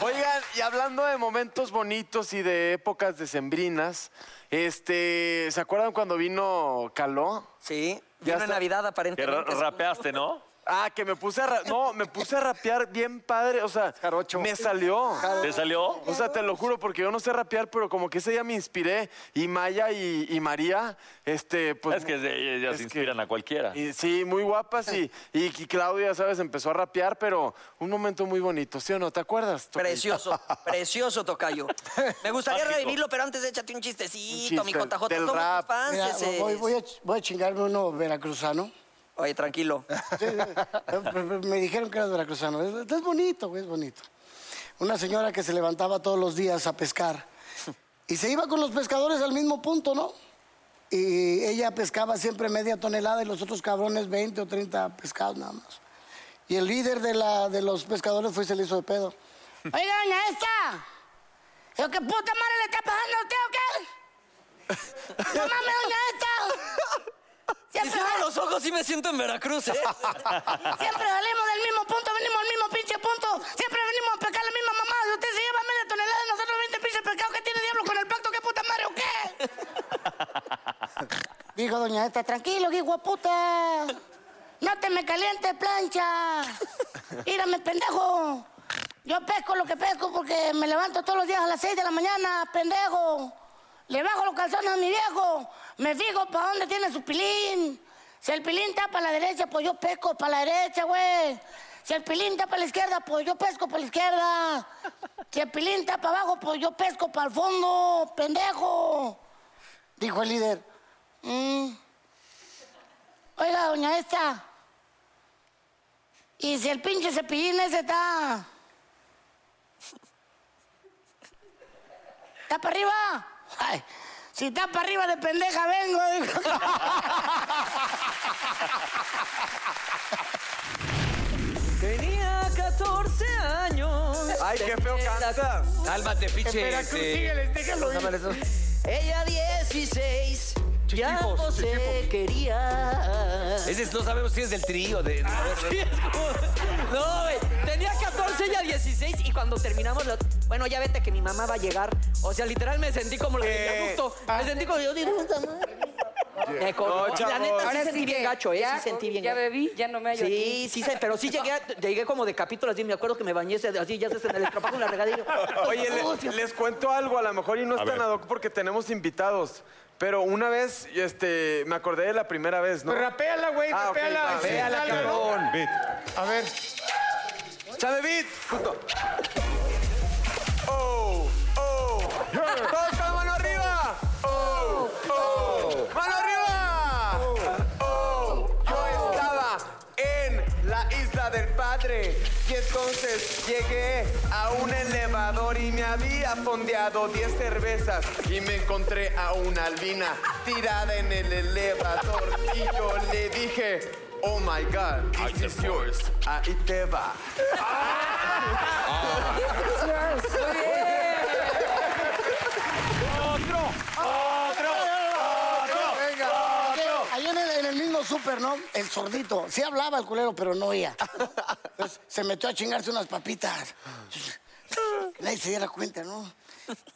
Speaker 2: Oigan, y hablando de momentos bonitos y de épocas decembrinas, este, ¿se acuerdan cuando vino Caló?
Speaker 20: Sí,
Speaker 2: Ya
Speaker 20: vino en
Speaker 2: está.
Speaker 20: Navidad
Speaker 4: Que ra-
Speaker 20: aparentemente.
Speaker 4: rapeaste, ¿no?
Speaker 2: Ah, que me puse a ra- no, me puse a rapear bien padre, o sea, me salió.
Speaker 4: ¿Te salió?
Speaker 2: O sea, te lo juro porque yo no sé rapear, pero como que ese día me inspiré y Maya y, y María, este, pues
Speaker 4: es que se- ellas inspiran a cualquiera.
Speaker 2: y sí, muy guapas y, y, y Claudia, sabes, empezó a rapear, pero un momento muy bonito, ¿sí o no? ¿Te acuerdas? Tocayo?
Speaker 20: Precioso, precioso, Tocayo. Me gustaría
Speaker 2: Básico.
Speaker 20: revivirlo, pero antes échate un chistecito,
Speaker 2: Un
Speaker 20: mi
Speaker 2: chiste
Speaker 20: JJ.
Speaker 2: del
Speaker 20: Somos
Speaker 2: rap.
Speaker 20: tus fans,
Speaker 12: Mira,
Speaker 20: ese-
Speaker 12: voy, voy a, ch- voy a chingarme uno veracruzano.
Speaker 20: Oye, tranquilo.
Speaker 12: Sí, sí. Me dijeron que eras veracruzano. Es, es bonito, güey, es bonito. Una señora que se levantaba todos los días a pescar y se iba con los pescadores al mismo punto, ¿no? Y ella pescaba siempre media tonelada y los otros cabrones 20 o 30 pescados nada más. Y el líder de, la, de los pescadores fue y se le hizo de pedo.
Speaker 6: Oiga, doña esta. ¿Yo qué puta madre le está pasando a usted o qué? No mames, doña esta.
Speaker 20: Si cierro los ojos y me siento en Veracruz, ¿eh?
Speaker 6: Siempre salimos del mismo punto, venimos al mismo pinche punto. Siempre venimos a pescar la misma mamada. Si usted se lleva media tonelada y nosotros 20 pinches pescados. ¿Qué tiene diablo con el pacto? ¿Qué puta madre o qué?
Speaker 12: Dijo doña Eta, tranquilo, hijo de puta.
Speaker 6: No te me calientes, plancha. Mírame, pendejo. Yo pesco lo que pesco porque me levanto todos los días a las 6 de la mañana, pendejo. Le bajo los calzones a mi viejo. Me fijo para dónde tiene su pilín. Si el pilín está para la derecha, pues yo pesco para la derecha, güey. Si el pilín está para la izquierda, pues yo pesco para la izquierda. Si el pilín está para abajo, pues yo pesco para el fondo, pendejo.
Speaker 12: Dijo el líder.
Speaker 6: Mm. Oiga, doña esta. Y si el pinche cepillín ese está. ¿Está para arriba? Ay, si está para arriba de pendeja vengo. dijo.
Speaker 11: Tenía 14 años.
Speaker 2: Ay, qué feo canta.
Speaker 9: Cálmate, pinche.
Speaker 11: Espera,
Speaker 9: este-
Speaker 11: sígueles, déjalo ir.
Speaker 9: Ándale, eso.
Speaker 11: Ella 16. Ya no se quería.
Speaker 9: Ese es- no sabemos si es del trío. De,
Speaker 8: Ah,
Speaker 11: Sí, es como- No, güey. Tenía 14 y a 16 y cuando terminamos la- Bueno, ya vete que mi mamá va a llegar. O sea, literal me sentí como la de
Speaker 2: Eh.
Speaker 11: Yabuto. Me sentí como yo digo, puta madre. Me colgó.
Speaker 19: No,
Speaker 11: Y la
Speaker 19: chavos.
Speaker 11: neta sí
Speaker 19: Ahora
Speaker 11: sentí
Speaker 19: sí
Speaker 11: bien
Speaker 19: que
Speaker 11: gacho, ¿eh?
Speaker 19: ya-
Speaker 11: sí sentí bien
Speaker 19: ya
Speaker 11: gacho.
Speaker 21: bebí, ya no me hallo
Speaker 11: Sí, sí, sí, pero sí llegué, a- llegué como de capítulos así. Me acuerdo que me bañé ese- así, ya se en el estropajo en la regadera.
Speaker 2: Oye, le- les cuento algo, a lo mejor y no es tan ad hoc porque tenemos invitados. Pero una vez, este, me acordé de la primera vez, ¿no?
Speaker 8: Pues rapéala, güey,
Speaker 2: Ah, ok,
Speaker 8: rapéala.
Speaker 2: rapéala,
Speaker 8: Sí, dale, ¿no?
Speaker 2: cabrón.
Speaker 8: A ver.
Speaker 2: ¡Chame beat! Justo. ¡Oh! ¡Oh! ¡Todos con la mano arriba! ¡Oh! ¡Oh! ¡Mano arriba! ¡Oh! Yo estaba en la isla del pad padre. Y entonces llegué a un elevador y me había fondeado 10 cervezas. Y me encontré a una albina tirada en el elevador. Y yo le dije, oh my God, this is yours. Ahí te va.
Speaker 10: ¡Otro! ¡Otro!
Speaker 12: Venga, Ahí en el, en el mismo súper, ¿no? El sordito. Sí hablaba el culero, pero no oía. Entonces, se metió a chingarse unas papitas. Nadie se diera cuenta, ¿no?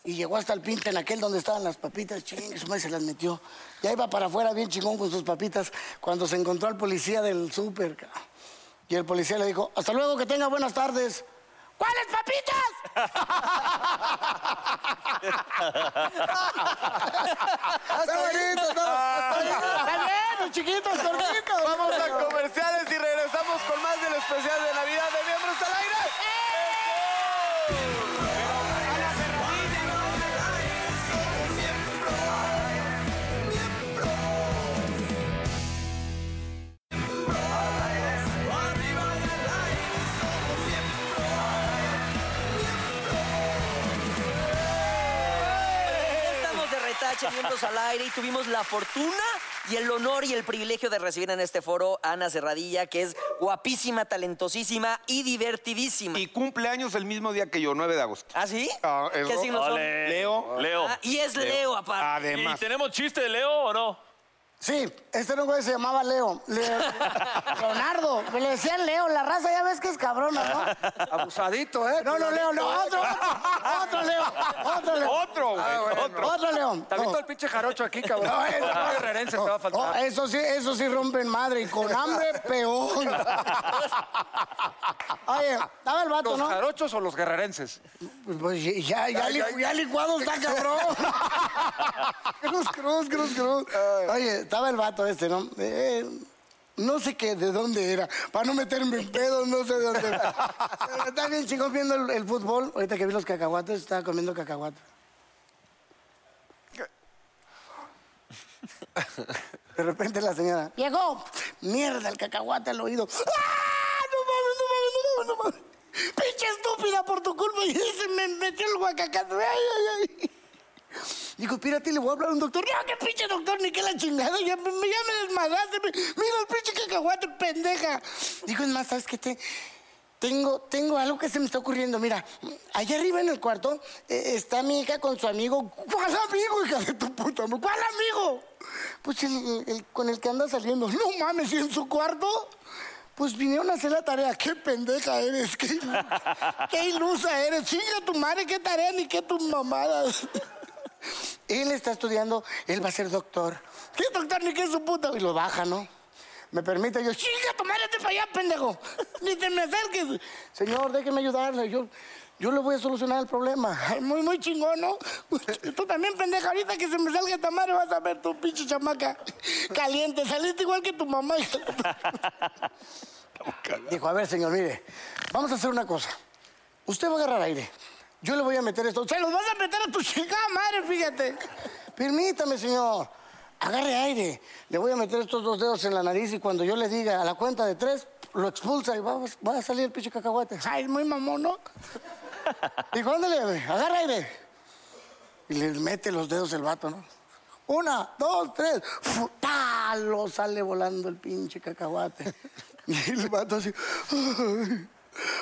Speaker 12: Y llegó hasta el pinte en aquel donde estaban las papitas. Ching, su madre se las metió. Ya iba para afuera bien chingón con sus papitas cuando se encontró al policía del súper. ca- Y el policía le dijo, hasta luego, que tenga buenas tardes. ¿Cuáles
Speaker 10: ¡Está bonito,
Speaker 2: Ah.
Speaker 10: está!
Speaker 12: ¡Está bien, los chiquitos, cortitos!
Speaker 2: Vamos a comerciales y regresamos con más del especial de Navidad de Miembros al Aire.
Speaker 11: Ya Estamos de retache, miembros al aire, y tuvimos la fortuna y el honor y el privilegio de recibir en este foro a Ana Cerradilla, que es guapísima, talentosísima y divertidísima.
Speaker 3: Y cumpleaños el mismo día que yo, 9 de agosto.
Speaker 11: ¿Ah, sí?
Speaker 3: es
Speaker 11: ¿Qué
Speaker 3: ro-
Speaker 11: signos son?
Speaker 3: Ole. Leo.
Speaker 4: Leo.
Speaker 11: Ah, y es Leo, aparte.
Speaker 3: Además.
Speaker 4: ¿Y tenemos chiste de Leo o no?
Speaker 12: Sí, este era un güey que se llamaba Leo. Le- Leonardo. Le decían Leo, la raza ya ves que es cabrona, ¿no?
Speaker 1: Abusadito, ¿eh?
Speaker 12: No, no, Leo, no. Otro, otro, otro Leo. Otro Leo.
Speaker 1: Otro, güey,
Speaker 12: Ah, bueno.
Speaker 1: otro.
Speaker 12: Otro Leo.
Speaker 1: También
Speaker 12: No.
Speaker 1: todo el pinche jarocho aquí, cabrón.
Speaker 12: No, eh,
Speaker 1: el
Speaker 12: no.
Speaker 1: guerrerense te va a faltar.
Speaker 12: Oh, eso sí, eso sí rompen madre. Y con hambre, peor. Oye, dame el vato,
Speaker 1: ¿Los
Speaker 12: ¿no?
Speaker 1: jarochos o los guerrerenses?
Speaker 12: Pues ya, ya, li- ya licuado está cabrón. cruz, cruz, cruz, cruz. Oye, estaba el vato este, ¿no? Eh, no sé qué, de dónde era. Para no meterme en pedo, no sé de dónde era. Pero Está bien, chicos, viendo el, el fútbol. Ahorita que vi los cacahuates, estaba comiendo cacahuates. De repente la señora, llegó. Mierda, el cacahuate al oído. ¡Ah! No mames, no mames, no mames, no mames. Pinche estúpida por tu culpa. Y se me metió el guacacate. Ay, ay, ay. Dijo, espérate, le voy a hablar a un doctor. No, qué pinche doctor, ni qué la chingada. Ya, me- ya me desmadraste. me- Mira el pinche cacahuate, pendeja. Dijo, es más, ¿sabes qué? Te, tengo, tengo algo que se me está ocurriendo. Mira, allá arriba en el cuarto eh, está mi hija con su amigo. ¿Cuál amigo, hija de tu puta madre? ¿Cuál amigo? Pues el, el- con el que anda saliendo. No mames, ¿y en su cuarto? Pues vinieron a hacer la tarea. ¡Qué pendeja eres! ¡Qué, qué ilusa eres! ¡Chinga tu madre! ¡Qué tarea ni qué tus mamadas! Él está estudiando, él va a ser doctor. ¿Qué doctor ni qué es su puta? Y lo baja, ¿no? Me permite, yo, chinga tu madre, te para allá, pendejo. Ni te me acerques. Señor, déjeme ayudarle. Yo, yo le voy a solucionar el problema. Ay, Muy, muy chingón, ¿no? Tú también, pendeja, ahorita que se me salga esta madre vas a ver tu pinche chamaca caliente. Saliste igual que tu mamá. Dijo, a ver, señor, mire, vamos a hacer una cosa. Usted va a agarrar aire. Yo le voy a meter esto. Se los vas a meter a tu chingada madre, fíjate. Permítame, señor. Agarre aire. Le voy a meter estos dos dedos en la nariz y cuando yo le diga a la cuenta de tres, lo expulsa y va, va a salir el pinche cacahuate. Ay, muy mamón, ¿no? Dijo, ándale, agarra aire. Y le mete los dedos el vato, ¿no? Una, dos, tres. ¡Fu! ¡Pa! Lo sale volando el pinche cacahuate. Y el vato así. "Ay,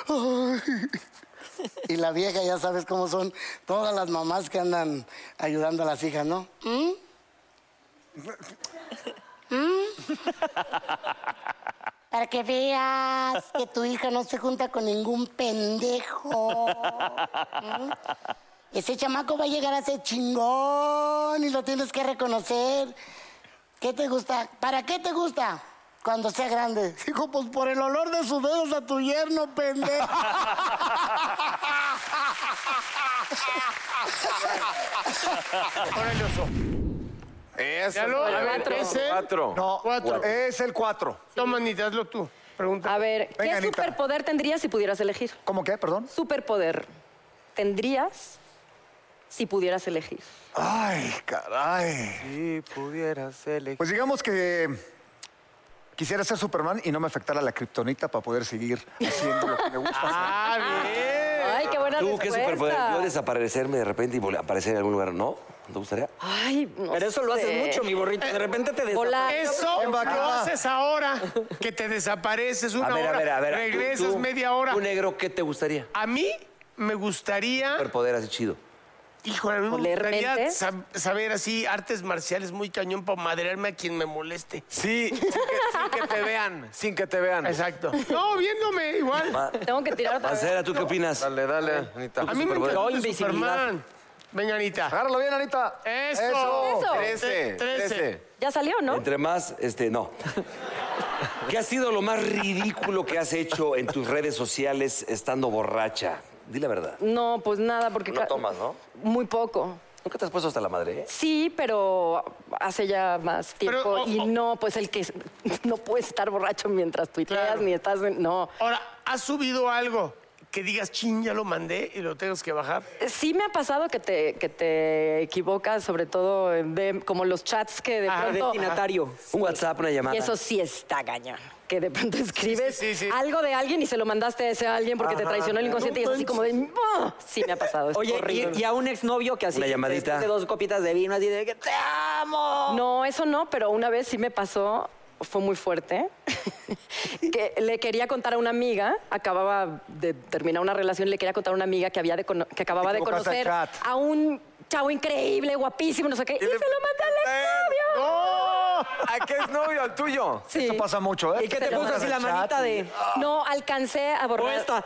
Speaker 12: ay". Y la vieja, ya sabes cómo son todas las mamás que andan ayudando a las hijas, ¿no? ¿Mm? ¿Mm? Para que veas que tu hija no se junta con ningún pendejo.
Speaker 13: Oh.
Speaker 12: ¿Mm? Ese chamaco va a llegar a ser chingón y lo tienes que reconocer. ¿Qué te gusta? ¿Para qué te gusta? Cuando sea grande. Dijo, pues por el olor de sus dedos a tu yerno, pendejo.
Speaker 10: Órale, oso.
Speaker 2: Eso.
Speaker 8: Míralo, a ver, ¿es el?
Speaker 10: ¿eh? Cuatro.
Speaker 8: No, cuatro.
Speaker 10: Es el cuatro.
Speaker 8: Toma, Anita, hazlo tú. Pregunta.
Speaker 22: A ver, ¿qué
Speaker 8: Venga, Anita.
Speaker 22: superpoder tendrías si pudieras elegir?
Speaker 8: ¿Cómo qué? Perdón.
Speaker 22: Superpoder tendrías si pudieras elegir.
Speaker 10: Ay, caray. Si pudieras elegir. Pues digamos que
Speaker 1: Quisiera ser Superman y no me afectara la kriptonita para poder seguir haciendo lo que me gusta.
Speaker 8: ¡Ah, bien!
Speaker 22: Ay, qué buena
Speaker 9: Tú, qué
Speaker 22: respuesta.
Speaker 9: superpoder. Yo desaparecerme de repente y vol- aparecer en algún lugar. ¿No? ¿Te gustaría?
Speaker 22: Ay, no
Speaker 11: Pero eso lo haces
Speaker 22: sé.
Speaker 11: mucho, mi borrito. De repente te
Speaker 22: Volar.
Speaker 11: desapareces.
Speaker 8: Eso
Speaker 11: ¿Quién va? ¿Quién
Speaker 8: lo
Speaker 11: va?
Speaker 8: haces ahora, que te desapareces una
Speaker 9: a ver,
Speaker 8: hora,
Speaker 9: a ver, a ver. Tú,
Speaker 8: regresas
Speaker 9: tú,
Speaker 8: media hora.
Speaker 9: ¿Tú, negro, qué te gustaría?
Speaker 8: A mí me gustaría,
Speaker 9: Superpoder así chido.
Speaker 8: híjole, a mí me
Speaker 22: ¿Oler
Speaker 8: gustaría
Speaker 22: mentes?
Speaker 8: sab- saber así artes marciales muy cañón para madrearme a quien me moleste.
Speaker 3: Sí, sin que, sin que te vean, sin que te vean.
Speaker 8: Exacto. No, viéndome igual.
Speaker 9: Ma-
Speaker 22: Tengo que tirar otra vez.
Speaker 9: Mancera, ¿tú qué opinas?
Speaker 3: Dale, dale, Anita.
Speaker 8: A mí me
Speaker 9: superpoder.
Speaker 8: encanta el
Speaker 11: invisibilidad.
Speaker 8: Superman. Venga, Anita.
Speaker 3: Agárralo bien, Anita.
Speaker 8: Eso.
Speaker 22: Eso.
Speaker 3: Trece,
Speaker 8: Trece.
Speaker 3: trece.
Speaker 22: Ya salió, ¿no?
Speaker 9: Entre más, este, no. ¿Qué ha sido lo más ridículo que has hecho en tus redes sociales estando borracha? Di la verdad.
Speaker 22: No, pues nada, porque...
Speaker 9: No
Speaker 22: ca-
Speaker 9: tomas, ¿no?
Speaker 22: Muy poco.
Speaker 9: ¿Nunca te has puesto hasta la madre? eh?
Speaker 22: Sí, pero hace ya más tiempo.
Speaker 8: Pero, oh,
Speaker 22: y
Speaker 8: oh.
Speaker 22: no, pues el que no puedes estar borracho mientras tuiteas
Speaker 8: Claro.
Speaker 22: ni estás en- No.
Speaker 8: Ahora, ¿has subido algo que digas, chin, ya lo mandé y lo tengas que bajar?
Speaker 22: Sí me ha pasado que te, que te equivocas, sobre todo en de- como los chats que de
Speaker 8: Ajá,
Speaker 22: pronto...
Speaker 11: Ah, Destinatario.
Speaker 9: Un WhatsApp, una llamada.
Speaker 22: Ah, Y eso sí está cañón. Que de pronto escribes
Speaker 8: sí, sí.
Speaker 22: algo de alguien y se lo mandaste a ese alguien porque te traicionó el inconsciente y es así como de... "Ah". Sí me ha pasado. es
Speaker 11: Oye,
Speaker 22: horrible.
Speaker 11: y, y a un exnovio que así.
Speaker 9: Una llamadita.
Speaker 11: De dos copitas de vino, así de que te amo.
Speaker 22: No, eso no, pero una vez sí me pasó, fue muy fuerte, que le quería contar a una amiga, acababa de terminar una relación, le quería contar a una amiga que, había de cono- que acababa
Speaker 3: Te
Speaker 22: de
Speaker 3: equivocaste al
Speaker 22: conocer
Speaker 3: chat.
Speaker 22: a un chavo increíble, guapísimo, no sé qué, y, se lo mandé al exnovio.
Speaker 3: ¿A qué es novio? ¿Al tuyo?
Speaker 22: Sí.
Speaker 1: Eso pasa mucho, ¿eh?
Speaker 11: ¿Y qué te puso así la manita de.?
Speaker 22: No, alcancé a
Speaker 11: O
Speaker 22: borrar.
Speaker 11: esta.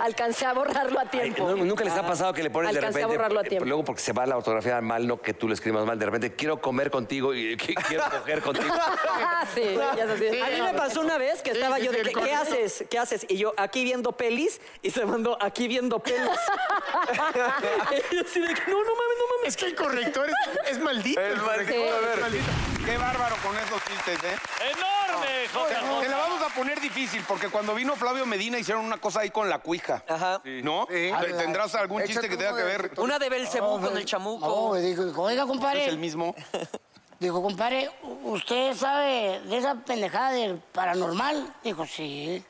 Speaker 22: alcancé a borrarlo a
Speaker 9: Ay,
Speaker 22: tiempo. Ah,
Speaker 9: ¿no- ¿Nunca les ha pasado que le pones
Speaker 22: Alcancé
Speaker 9: de
Speaker 22: a
Speaker 9: repente?
Speaker 22: borrarlo a
Speaker 9: eh,
Speaker 22: tiempo.
Speaker 9: Luego porque se va la ortografía mal, no que tú lo escribas mal. De repente quiero comer contigo y qui- quiero coger contigo.
Speaker 22: sí, ya sé, sí.
Speaker 11: A mí me pasó una vez que estaba
Speaker 8: sí,
Speaker 11: yo
Speaker 8: sí,
Speaker 11: de
Speaker 8: el
Speaker 11: que, ¿qué
Speaker 8: correcto.
Speaker 11: haces? ¿Qué haces? Y yo aquí viendo pelis y se mandó aquí viendo pelis. y yo así de que, no, no mames, no mames.
Speaker 8: Es que el corrector es, es maldito. el corrector
Speaker 3: maldito, Ah, a ver.
Speaker 8: es maldito.
Speaker 3: Qué bárbaro con esos chistes, ¿eh?
Speaker 23: ¡Enorme,
Speaker 3: Te la
Speaker 23: JJ!
Speaker 3: vamos a poner difícil porque cuando vino Flavio Medina hicieron una cosa ahí con la cuija.
Speaker 6: Ajá.
Speaker 3: ¿No?
Speaker 1: Sí.
Speaker 12: Ah,
Speaker 3: Te- ¿Tendrás algún
Speaker 1: Échate
Speaker 3: chiste que tenga
Speaker 1: uno
Speaker 3: que
Speaker 1: de- Ah,
Speaker 3: ver?
Speaker 6: Una de Belcebú con
Speaker 12: No,
Speaker 6: el chamuco.
Speaker 12: me dijo, dijo, oiga, compadre.
Speaker 3: ¿Es el mismo?
Speaker 12: Dijo, compadre, ¿usted sabe de esa pendejada del paranormal? Dijo, sí.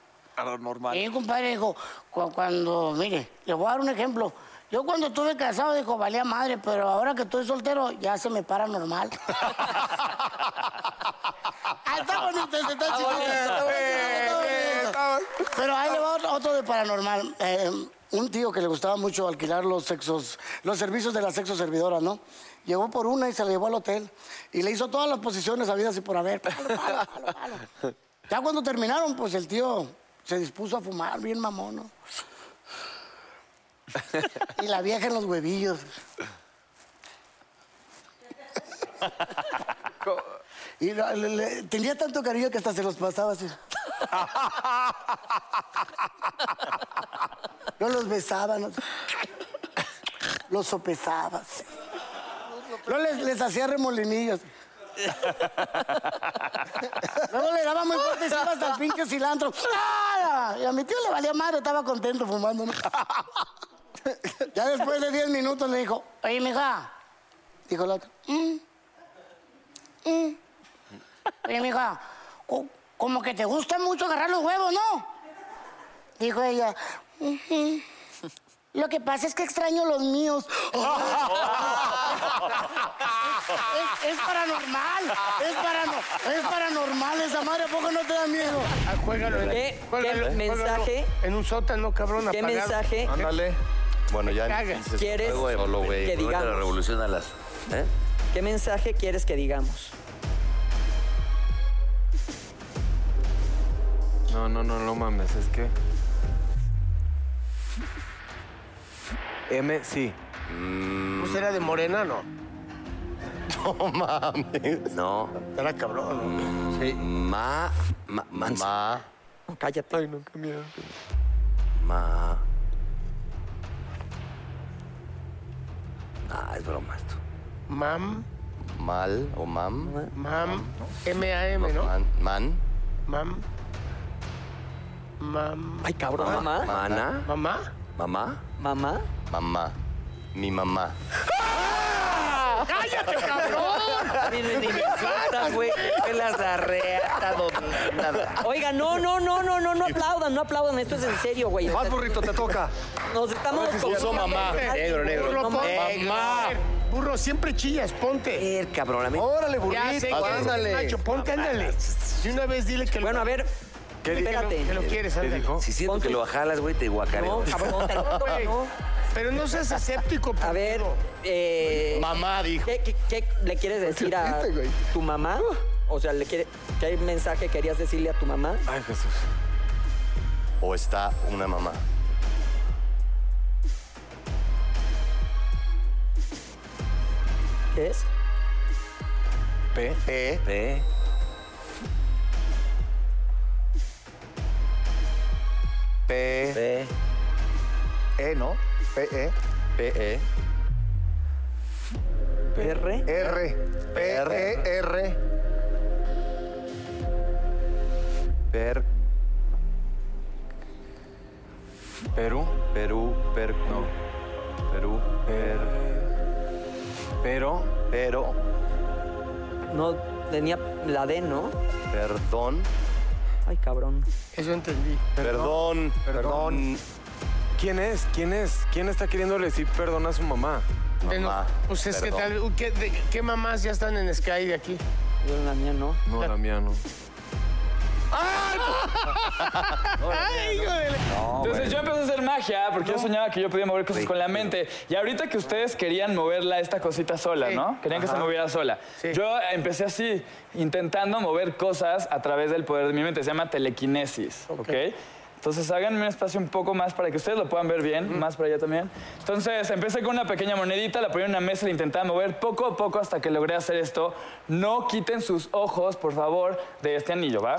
Speaker 1: normal.
Speaker 12: Sí, compadre, dijo, cu- cuando, mire, le voy a dar un ejemplo. Yo cuando estuve casado, dijo, valía madre, pero ahora que estoy soltero, ya se me para normal. Ah, está bonito, ese, está chido.
Speaker 3: Eh,
Speaker 12: está bonito, está bonito. Pero ahí le va otro, otro de paranormal. Eh, un tío que le gustaba mucho alquilar los sexos, los servicios de las sexo servidoras, ¿no? Llegó por una y se la llevó al hotel y le hizo todas las posiciones habidas y por haber. Palo, palo, palo, palo. Ya cuando terminaron, pues el tío se dispuso a fumar bien mamón, ¿no? Y la vieja en los huevillos. Y la- le- le- tenía tanto cariño que hasta se los pasaba así. No los besaba, no- los sopesabas. No les, les hacía remolinillos. Luego le daba muy fuerte y se iba hasta el pinche cilantro. ¡Ah! Y a mi tío le valía madre, estaba contento fumando. ¿no? Ya después de 10 minutos le dijo, oye, mija. Dijo la otra, "Mm, mm". Oye, mija, co- como que te gusta mucho agarrar los huevos, ¿no? Dijo ella, "Ujú. Lo que pasa es que extraño los míos. es, es paranormal, es, parano- es paranormal esa madre, ¿a poco no te da miedo?
Speaker 8: Ah, juégalo, en-
Speaker 11: ¿Qué- qué
Speaker 8: juégalo,
Speaker 11: mensaje?
Speaker 8: En un sótano, cabrón,
Speaker 11: ¿Qué
Speaker 8: apagado.
Speaker 11: mensaje
Speaker 9: Ándale. Bueno, ya
Speaker 8: Caga.
Speaker 9: dices
Speaker 11: ¿Quieres
Speaker 9: algo de solo, güey.
Speaker 11: que
Speaker 9: No te la
Speaker 11: digamos?
Speaker 9: revolución a las. ¿eh?
Speaker 11: ¿Qué mensaje quieres que digamos?
Speaker 3: No, no, no, no mames, es que. M, sí.
Speaker 9: Mm.
Speaker 8: Pues era de morena, ¿no?
Speaker 3: No mames.
Speaker 9: No.
Speaker 8: Era cabrón. ¿no?
Speaker 9: Mm, Ma. Ma. mansa-
Speaker 3: Ma.
Speaker 8: Oh,
Speaker 11: Cállate.
Speaker 3: no, qué miedo.
Speaker 9: Ma. Ah, es broma esto.
Speaker 8: Mam,
Speaker 9: Mal o mam. ¿eh?
Speaker 8: mam, M-A-M, ¿no?
Speaker 9: Man. man,
Speaker 8: Mam, mam,
Speaker 11: Ay, cabrón. Mamá.
Speaker 9: Mana.
Speaker 8: mamá.
Speaker 9: Mamá.
Speaker 11: Mamá.
Speaker 9: Mamá. Mi mamá.
Speaker 12: ¡Cállate, cabrón!
Speaker 9: Miren, ni me insultas, güey. Pelas la reata, dominada.
Speaker 11: Oiga, no, no, no, no, no, no aplaudan, no aplaudan. Esto es en serio, güey. Más burrito, te toca. Nos estamos...
Speaker 9: Puso mamá. Negro, negro.
Speaker 8: Burro, pon-
Speaker 9: Negro.
Speaker 8: Mamá. Burro, siempre chillas, ponte.
Speaker 9: El cabrón, a mí-
Speaker 8: Órale, burrito.
Speaker 9: Ya sé que eres
Speaker 8: ándale.
Speaker 9: un
Speaker 8: Nacho, ponte, ándale. Y una vez dile que lo... Bueno, a
Speaker 11: ver.
Speaker 8: Que, que lo, que lo quieres, ándale.
Speaker 9: Si siento que lo jalas, güey, te guacareo.
Speaker 8: Güey, Pero no seas escéptico,
Speaker 11: A ver, eh,
Speaker 9: Mamá dijo.
Speaker 11: ¿qué, qué- qué le quieres
Speaker 8: Pues
Speaker 11: decir a tu mamá? O sea, ¿le quiere, ¿qué mensaje querías decirle a tu mamá?
Speaker 1: Ay, Jesús. O está una mamá.
Speaker 11: ¿Qué es?
Speaker 1: P. P. P. P. P. E, ¿no? P. E. P. E.
Speaker 11: R.
Speaker 1: R. P. E. R. Per.
Speaker 2: Perú. Perú, per. No. Perú, per. Pero.
Speaker 1: Pero.
Speaker 11: No, tenía la D, ¿no?
Speaker 1: Perdón.
Speaker 11: Ay, cabrón.
Speaker 8: Eso entendí.
Speaker 1: Perdón. Perdón.
Speaker 2: ¿Quién es? ¿Quién es? ¿Quién está queriendo decir perdón a su mamá?
Speaker 8: De no- pues es que tal ¿qué, de- qué mamás ya están en Sky de aquí?
Speaker 11: Yo la mía no.
Speaker 2: No, la mía no.
Speaker 8: ¡Ay, hijo de la-
Speaker 20: Entonces yo empecé a hacer magia porque yo soñaba que yo podía mover cosas con la mente. Y ahorita que ustedes querían moverla, esta cosita sola, ¿no? Querían que
Speaker 8: Ajá.
Speaker 20: se moviera sola. Yo empecé así, intentando mover cosas a través del poder de mi mente. Se llama telequinesis, ¿ok? Entonces háganme un espacio un poco más para que ustedes lo puedan ver bien, más para allá también. Entonces empecé con una pequeña monedita, la ponía en una mesa, la intentaba mover poco a poco hasta que logré hacer esto. No quiten sus ojos, por favor, de este anillo, ¿va?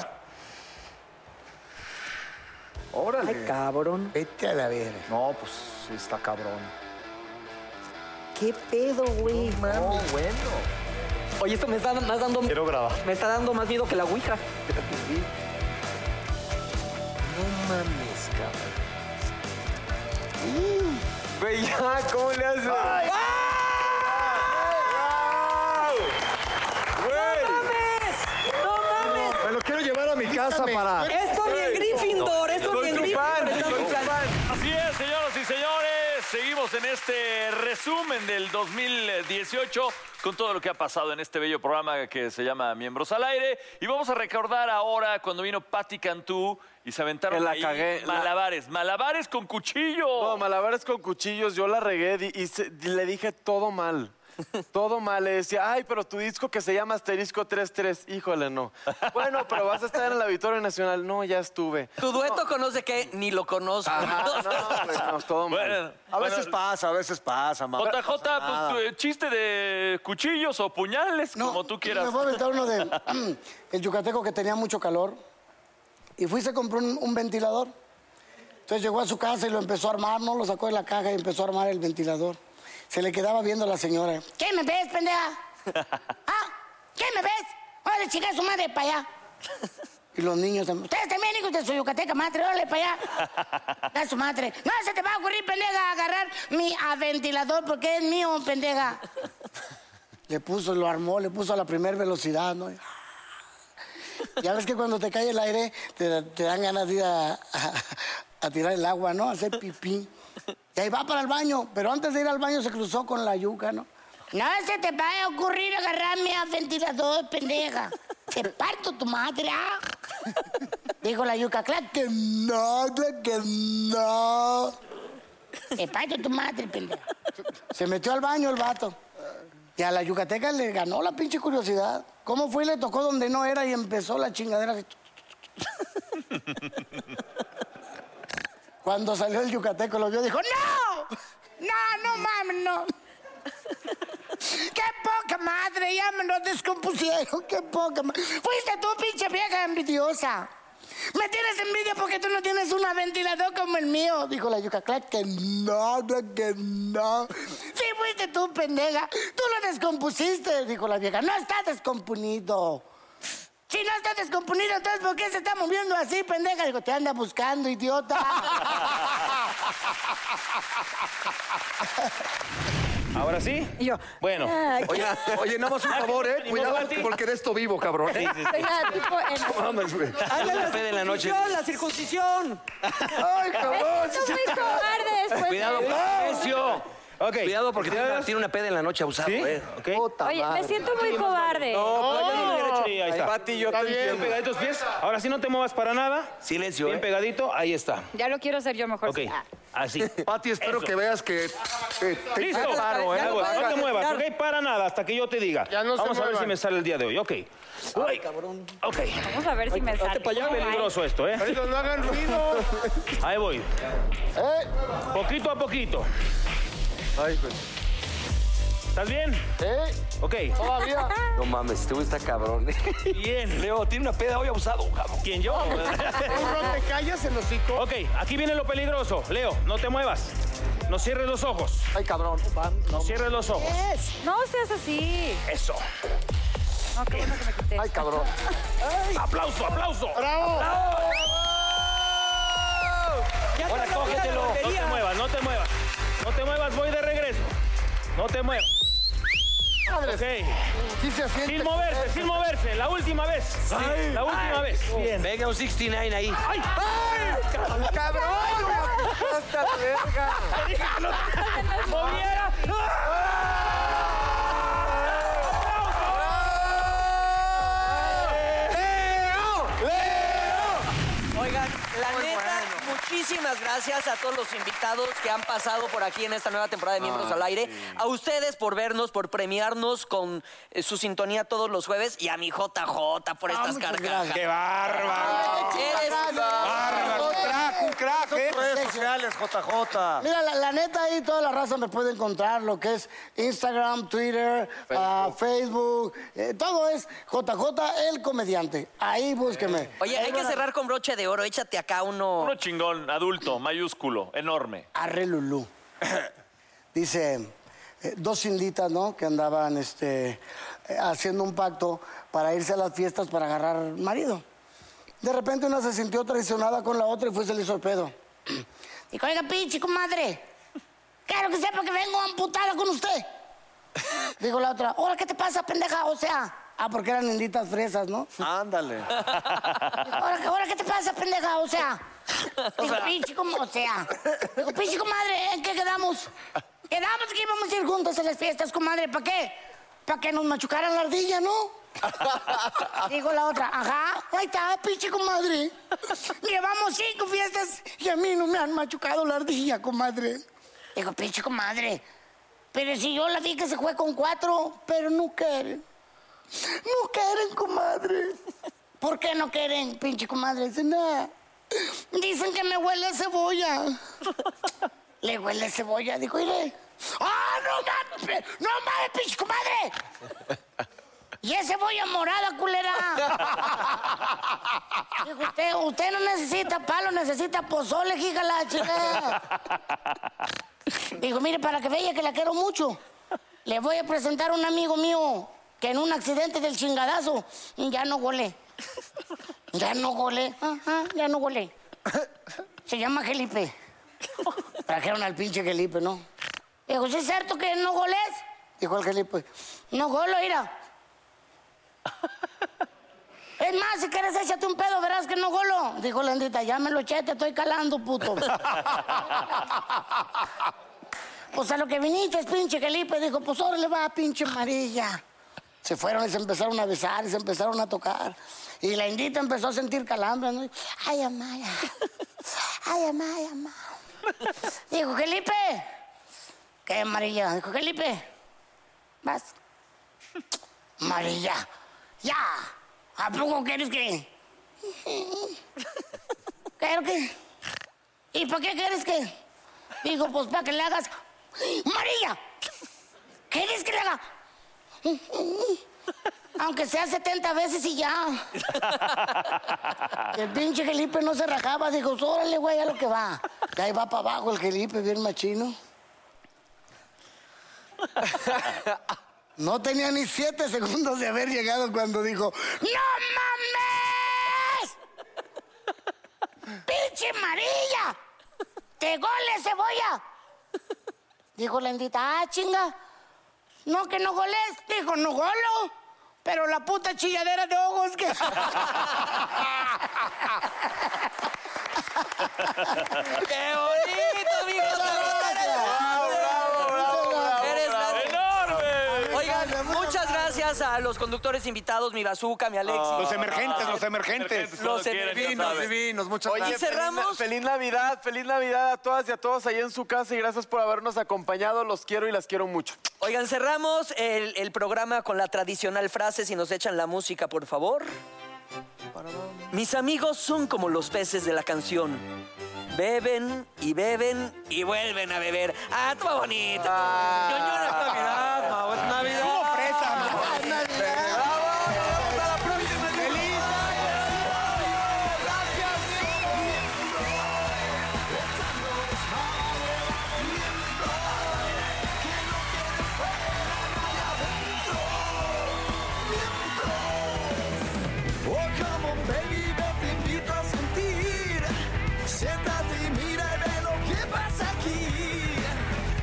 Speaker 1: Órale.
Speaker 11: Ay, cabrón.
Speaker 1: Vete a la verga. No, pues sí está cabrón.
Speaker 11: ¿Qué pedo, güey? No, bueno. Oye, esto me está más dando... Quiero grabar. Me está dando más miedo que la Ouija.
Speaker 1: No mames, cabrón.
Speaker 10: Uh,
Speaker 2: Güey, ya, ¿cómo le haces?
Speaker 11: ¡No mames!
Speaker 10: Me lo quiero llevar a mi casa para.
Speaker 11: Esto bien Gryffindor, esto bien Gryffindor. está muy claro.
Speaker 4: Así es, señoras y señores. Seguimos en este resumen del 2018 con todo lo que ha pasado en este bello programa que se llama Miembros al Aire. Y vamos a recordar ahora cuando vino Patti Cantú y se aventaron
Speaker 2: Que la
Speaker 4: ahí
Speaker 2: cagué, la-
Speaker 4: malabares. Malabares con cuchillo.
Speaker 2: No, malabares con cuchillos, yo la regué di- y, se- y le dije todo mal. Todo mal, le decía, ay, pero tu disco que se llama Asterisco 33, híjole, no. Bueno, pero vas a estar en el Auditorio Nacional. No, ya estuve.
Speaker 24: Tu dueto conoce que ni lo conozco.
Speaker 2: no, güey, no, todo mal.
Speaker 25: A veces pasa, a veces pasa, mamá.
Speaker 4: JJ, pues, tu, eh, chiste de cuchillos o puñales, como tú quieras.
Speaker 12: Me fue a aventar uno de el yucateco que tenía mucho calor y fui y se compró un, un ventilador. Entonces llegó a su casa y lo empezó a armar, no lo sacó de la caja y empezó a armar el ventilador. Se le quedaba viendo a la señora.
Speaker 6: ¿Qué me ves, pendeja? ¿Ah? ¿Qué me ves? Órale, chica, su madre para allá.
Speaker 12: Y los niños también.
Speaker 6: Ustedes también, hijos de su yucateca madre, órale para allá. Da su madre. No se te va a ocurrir, pendeja, agarrar mi ah, ventilador porque es mío, pendeja.
Speaker 12: Le puso, lo armó, le puso a la primera velocidad, ¿no? Ya ves que cuando te cae el aire, te, te dan ganas de ir a, a- a tirar el agua, ¿no? A hacer pipí. Y ahí va para el baño, pero antes de ir al baño se cruzó con la yuca, ¿no?
Speaker 6: No se te va a ocurrir agarrar mi ah, ventilador, pendeja. Te parto tu madre. ah.
Speaker 12: Dijo la yuca, claro que no, claro que no.
Speaker 6: Te parto tu madre, pendeja.
Speaker 12: Se metió al baño el vato. Y a la yucateca le ganó la pinche curiosidad. ¿Cómo fue y le tocó donde no era y empezó la chingadera? Cuando salió el yucateco lo vio dijo,
Speaker 6: ¡No! ¡No, no mames, no! ¡Qué poca madre! Ya me lo descompusieron. ¡Qué poca madre! Fuiste tú, pinche vieja envidiosa.
Speaker 12: Me tienes envidia porque tú no tienes un ventilador como el mío. Dijo la yuca, claro que no, claro que no. Sí, fuiste tú, pendeja. Tú lo descompusiste, dijo la vieja. No está descomponido.
Speaker 6: Si no está descomponido, entonces ¿por qué se está moviendo así, pendeja? Digo, te anda buscando, idiota.
Speaker 9: ¿Ahora sí?
Speaker 1: Y yo.
Speaker 9: Bueno.
Speaker 1: Ay,
Speaker 10: Oye, oye, nada más un favor, ¿eh? Cuidado, porque de esto vivo, cabrón.
Speaker 1: Sí, sí, sí.
Speaker 10: No mames, güey.
Speaker 1: Hazle la
Speaker 10: Fede en la noche.
Speaker 1: circuncisión, la circuncisión.
Speaker 10: ¡Ay,
Speaker 1: cabrón!
Speaker 17: Esto es muy cobarde después
Speaker 10: Cuidado,
Speaker 17: de-
Speaker 10: precio. Cuidado porque tiene una, tiene una peda en la noche abusado, ¿eh?
Speaker 17: Oye, me siento muy cobarde.
Speaker 9: Sí, ahí está.
Speaker 10: Oh. Pati, yo
Speaker 9: Está
Speaker 10: te
Speaker 9: bien
Speaker 10: entiendo.
Speaker 9: pegaditos pies. Ahora sí no te muevas para nada.
Speaker 10: Silencio,
Speaker 9: Bien
Speaker 10: ¿eh?
Speaker 9: pegadito, ahí está.
Speaker 14: Ya lo quiero hacer yo mejor. Ah,
Speaker 9: Ok. Así.
Speaker 10: Pati, espero
Speaker 9: Eso.
Speaker 10: que veas que... que te-
Speaker 9: Listo.
Speaker 10: te paro, ¿eh?
Speaker 9: Ya no,
Speaker 10: Aguas.
Speaker 9: no te muevas, ok, para nada, hasta que yo te diga.
Speaker 10: Ya no se
Speaker 9: Vamos a ver
Speaker 10: muevan.
Speaker 9: si me sale el día de hoy, ok. Uy, Ok.
Speaker 14: Vamos a ver si me sale.
Speaker 9: peligroso esto, ¿eh?
Speaker 8: Carlitos, no hagan ruido.
Speaker 9: Ahí voy.
Speaker 13: Eh,
Speaker 9: Poquito a poquito. Ay, pues. ¿Estás bien?
Speaker 10: ¿Eh?
Speaker 9: Ok.
Speaker 10: Todavía. No mames, este güey está cabrón.
Speaker 9: Bien. Leo, tiene una peda hoy abusado, cabrón. ¿Quién, yo?
Speaker 8: Burro, te callas el hocico.
Speaker 9: Ok, aquí viene lo peligroso. Leo, no te muevas. No cierres los ojos.
Speaker 10: Ay, cabrón.
Speaker 9: No cierres los ojos.
Speaker 14: Es. No seas así.
Speaker 9: Eso.
Speaker 14: No, qué bueno que me quité.
Speaker 10: Ay, cabrón.
Speaker 9: ¡Aplauso, aplauso! ¡Bravo! Ahora cógetelo. No te muevas, no te muevas. No te muevas, voy de regreso. No te muevas. Ok. sin moverse, sin moverse. La última vez. Sí, la última vez. Bien.
Speaker 10: Venga, un 69 ahí.
Speaker 9: ¡Ay!
Speaker 10: ¡Cabrón!
Speaker 26: ¡Hasta la verga!
Speaker 9: ¡Moviera!
Speaker 11: Oigan, la neta, muchísimas gracias a todos los invitados que han pasado por aquí en esta nueva temporada de Miembros
Speaker 27: Ah,
Speaker 11: al Aire. A ustedes por vernos, por premiarnos con eh, su sintonía todos los jueves y a mi JJ por estas cargas.
Speaker 9: ¡Qué bárbaro!
Speaker 11: Eres
Speaker 12: bárbaro.
Speaker 28: Un crack, ¿eh? redes sociales, JJ.
Speaker 12: Mira, la, la neta ahí toda la raza me puede encontrar, lo que es Instagram, Twitter, ah, Facebook, eh, todo es JJ el comediante. Ahí búsqueme.
Speaker 4: Eh.
Speaker 11: Oye,
Speaker 12: Ahí
Speaker 11: hay que
Speaker 12: van a-
Speaker 11: cerrar con broche de oro. Échate acá uno.
Speaker 4: Uno chingón, adulto, mayúsculo, enorme.
Speaker 12: Arre Lulú. Dice, eh, dos inditas, ¿no? Que andaban este, eh, haciendo un pacto para irse a las fiestas para agarrar marido. De repente una se sintió traicionada con la otra y fue y se le hizo el pedo.
Speaker 6: Dijo, oiga, pinche comadre, quiero que sepa que vengo amputada con usted.
Speaker 12: Dijo la otra, ahora, ¿qué te pasa, pendeja? O sea, ah, porque eran inditas fresas, ¿no?
Speaker 28: Ándale.
Speaker 6: Ahora, ahora, ¿qué te pasa, pendeja? O sea, dijo, pinche como, o sea, dijo, pinche comadre, ¿en qué quedamos? Quedamos que íbamos a ir juntos a las fiestas, comadre, ¿para qué? Para que nos machucaran la ardilla, ¿no? Dijo la otra, ajá, ahí está, pinche comadre. Llevamos cinco fiestas y a mí no me han machucado la ardilla, comadre. Dijo, pinche comadre, pero si yo la vi que se fue con cuatro, pero no quieren. No quieren, comadre. ¿Por qué no quieren, pinche comadre? "Ah, Dice, nada. Dicen que me huele a cebolla. Le huele a cebolla, dijo, iré. ¡Ah, no mames! ¡No mames, pinche comadre! Y es cebolla morada, culera. Dijo usted, usted no necesita palo, necesita pozole, giga la chica. Dijo, mire, para que vea que la quiero mucho, le voy a presentar a un amigo mío que en un accidente del chingadazo ya no golé. Ya no golé. Ajá, ya no golé. Se llama Felipe. Trajeron al pinche Felipe, ¿no? Dijo, ¿sí es cierto que no goles? Dijo el Felipe, no golo, mira. Es más, si quieres échate un pedo, verás que no golo. Dijo la endita, ya me lo eché, te estoy calando, puto. Pues a lo que viniste, pinche Felipe, dijo, pues le va, pinche amarilla. Se fueron y se empezaron a besar y se empezaron a tocar. Y la indita empezó a sentir calambre, ¿no? Ay, amaya. Ay, amaya, amaya. Dijo, Felipe. ¿Qué, amarilla? Dijo, Felipe. Vas. Amarilla. Ya. ¿A poco quieres que...? Quiero que... ¿Y para qué quieres que...? Dijo, pues para que le hagas... ¡María! ¿Quieres que le haga...? Aunque sea 70 veces y ya. El pinche Felipe no se rajaba. Dijo, órale, güey, a lo que va. Y ahí va para abajo el Felipe, bien machino. No tenía ni siete segundos de haber llegado cuando dijo, ¡No mames! ¡Pinche amarilla! ¡Te gole cebolla! Dijo la endita, ah, chinga.
Speaker 12: No, que no goles. Dijo, no golo. Pero la puta chilladera de ojos que...
Speaker 10: ¡Qué bonito, mijo! ¡Bravo, bravo, bravo!
Speaker 11: Eres la-
Speaker 10: ¡Enorme!
Speaker 11: Oigan, muchas gracias a los conductores invitados, mi Bazooka, mi Alexis.
Speaker 3: Ah, Los emergentes, los emergentes.
Speaker 11: Los emergentes.
Speaker 29: Oye,
Speaker 11: Oye,
Speaker 29: feliz-
Speaker 11: cerramos.
Speaker 29: Feliz, Navidad, feliz Navidad a todas y a todos ahí en su casa y gracias por habernos acompañado. Los quiero y las quiero mucho.
Speaker 11: Oigan, cerramos el, el programa con la tradicional frase, si nos echan la música, por favor. Mis amigos son como los peces de la canción. Beben y beben y vuelven a beber. ¡Ah, está bonito!
Speaker 9: Ah.
Speaker 11: Ñoñora, es Navidad, Mau, es Navidad.
Speaker 10: Oh, come on, baby, yo te invito a sentir. Siéntate y mira y ve lo que pasa aquí.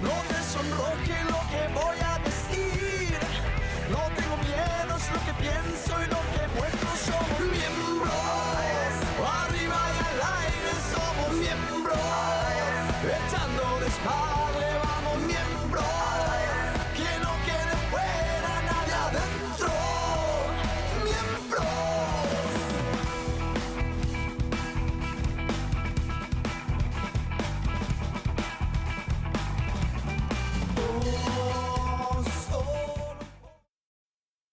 Speaker 10: No te sonroje lo que voy a decir. No tengo miedo, es lo que pienso y lo que muestro. Somos miembros. Arriba y al aire somos miembros. Echando desmadre vamos miembros. Que no quede fuera nadie adentro. Miembros.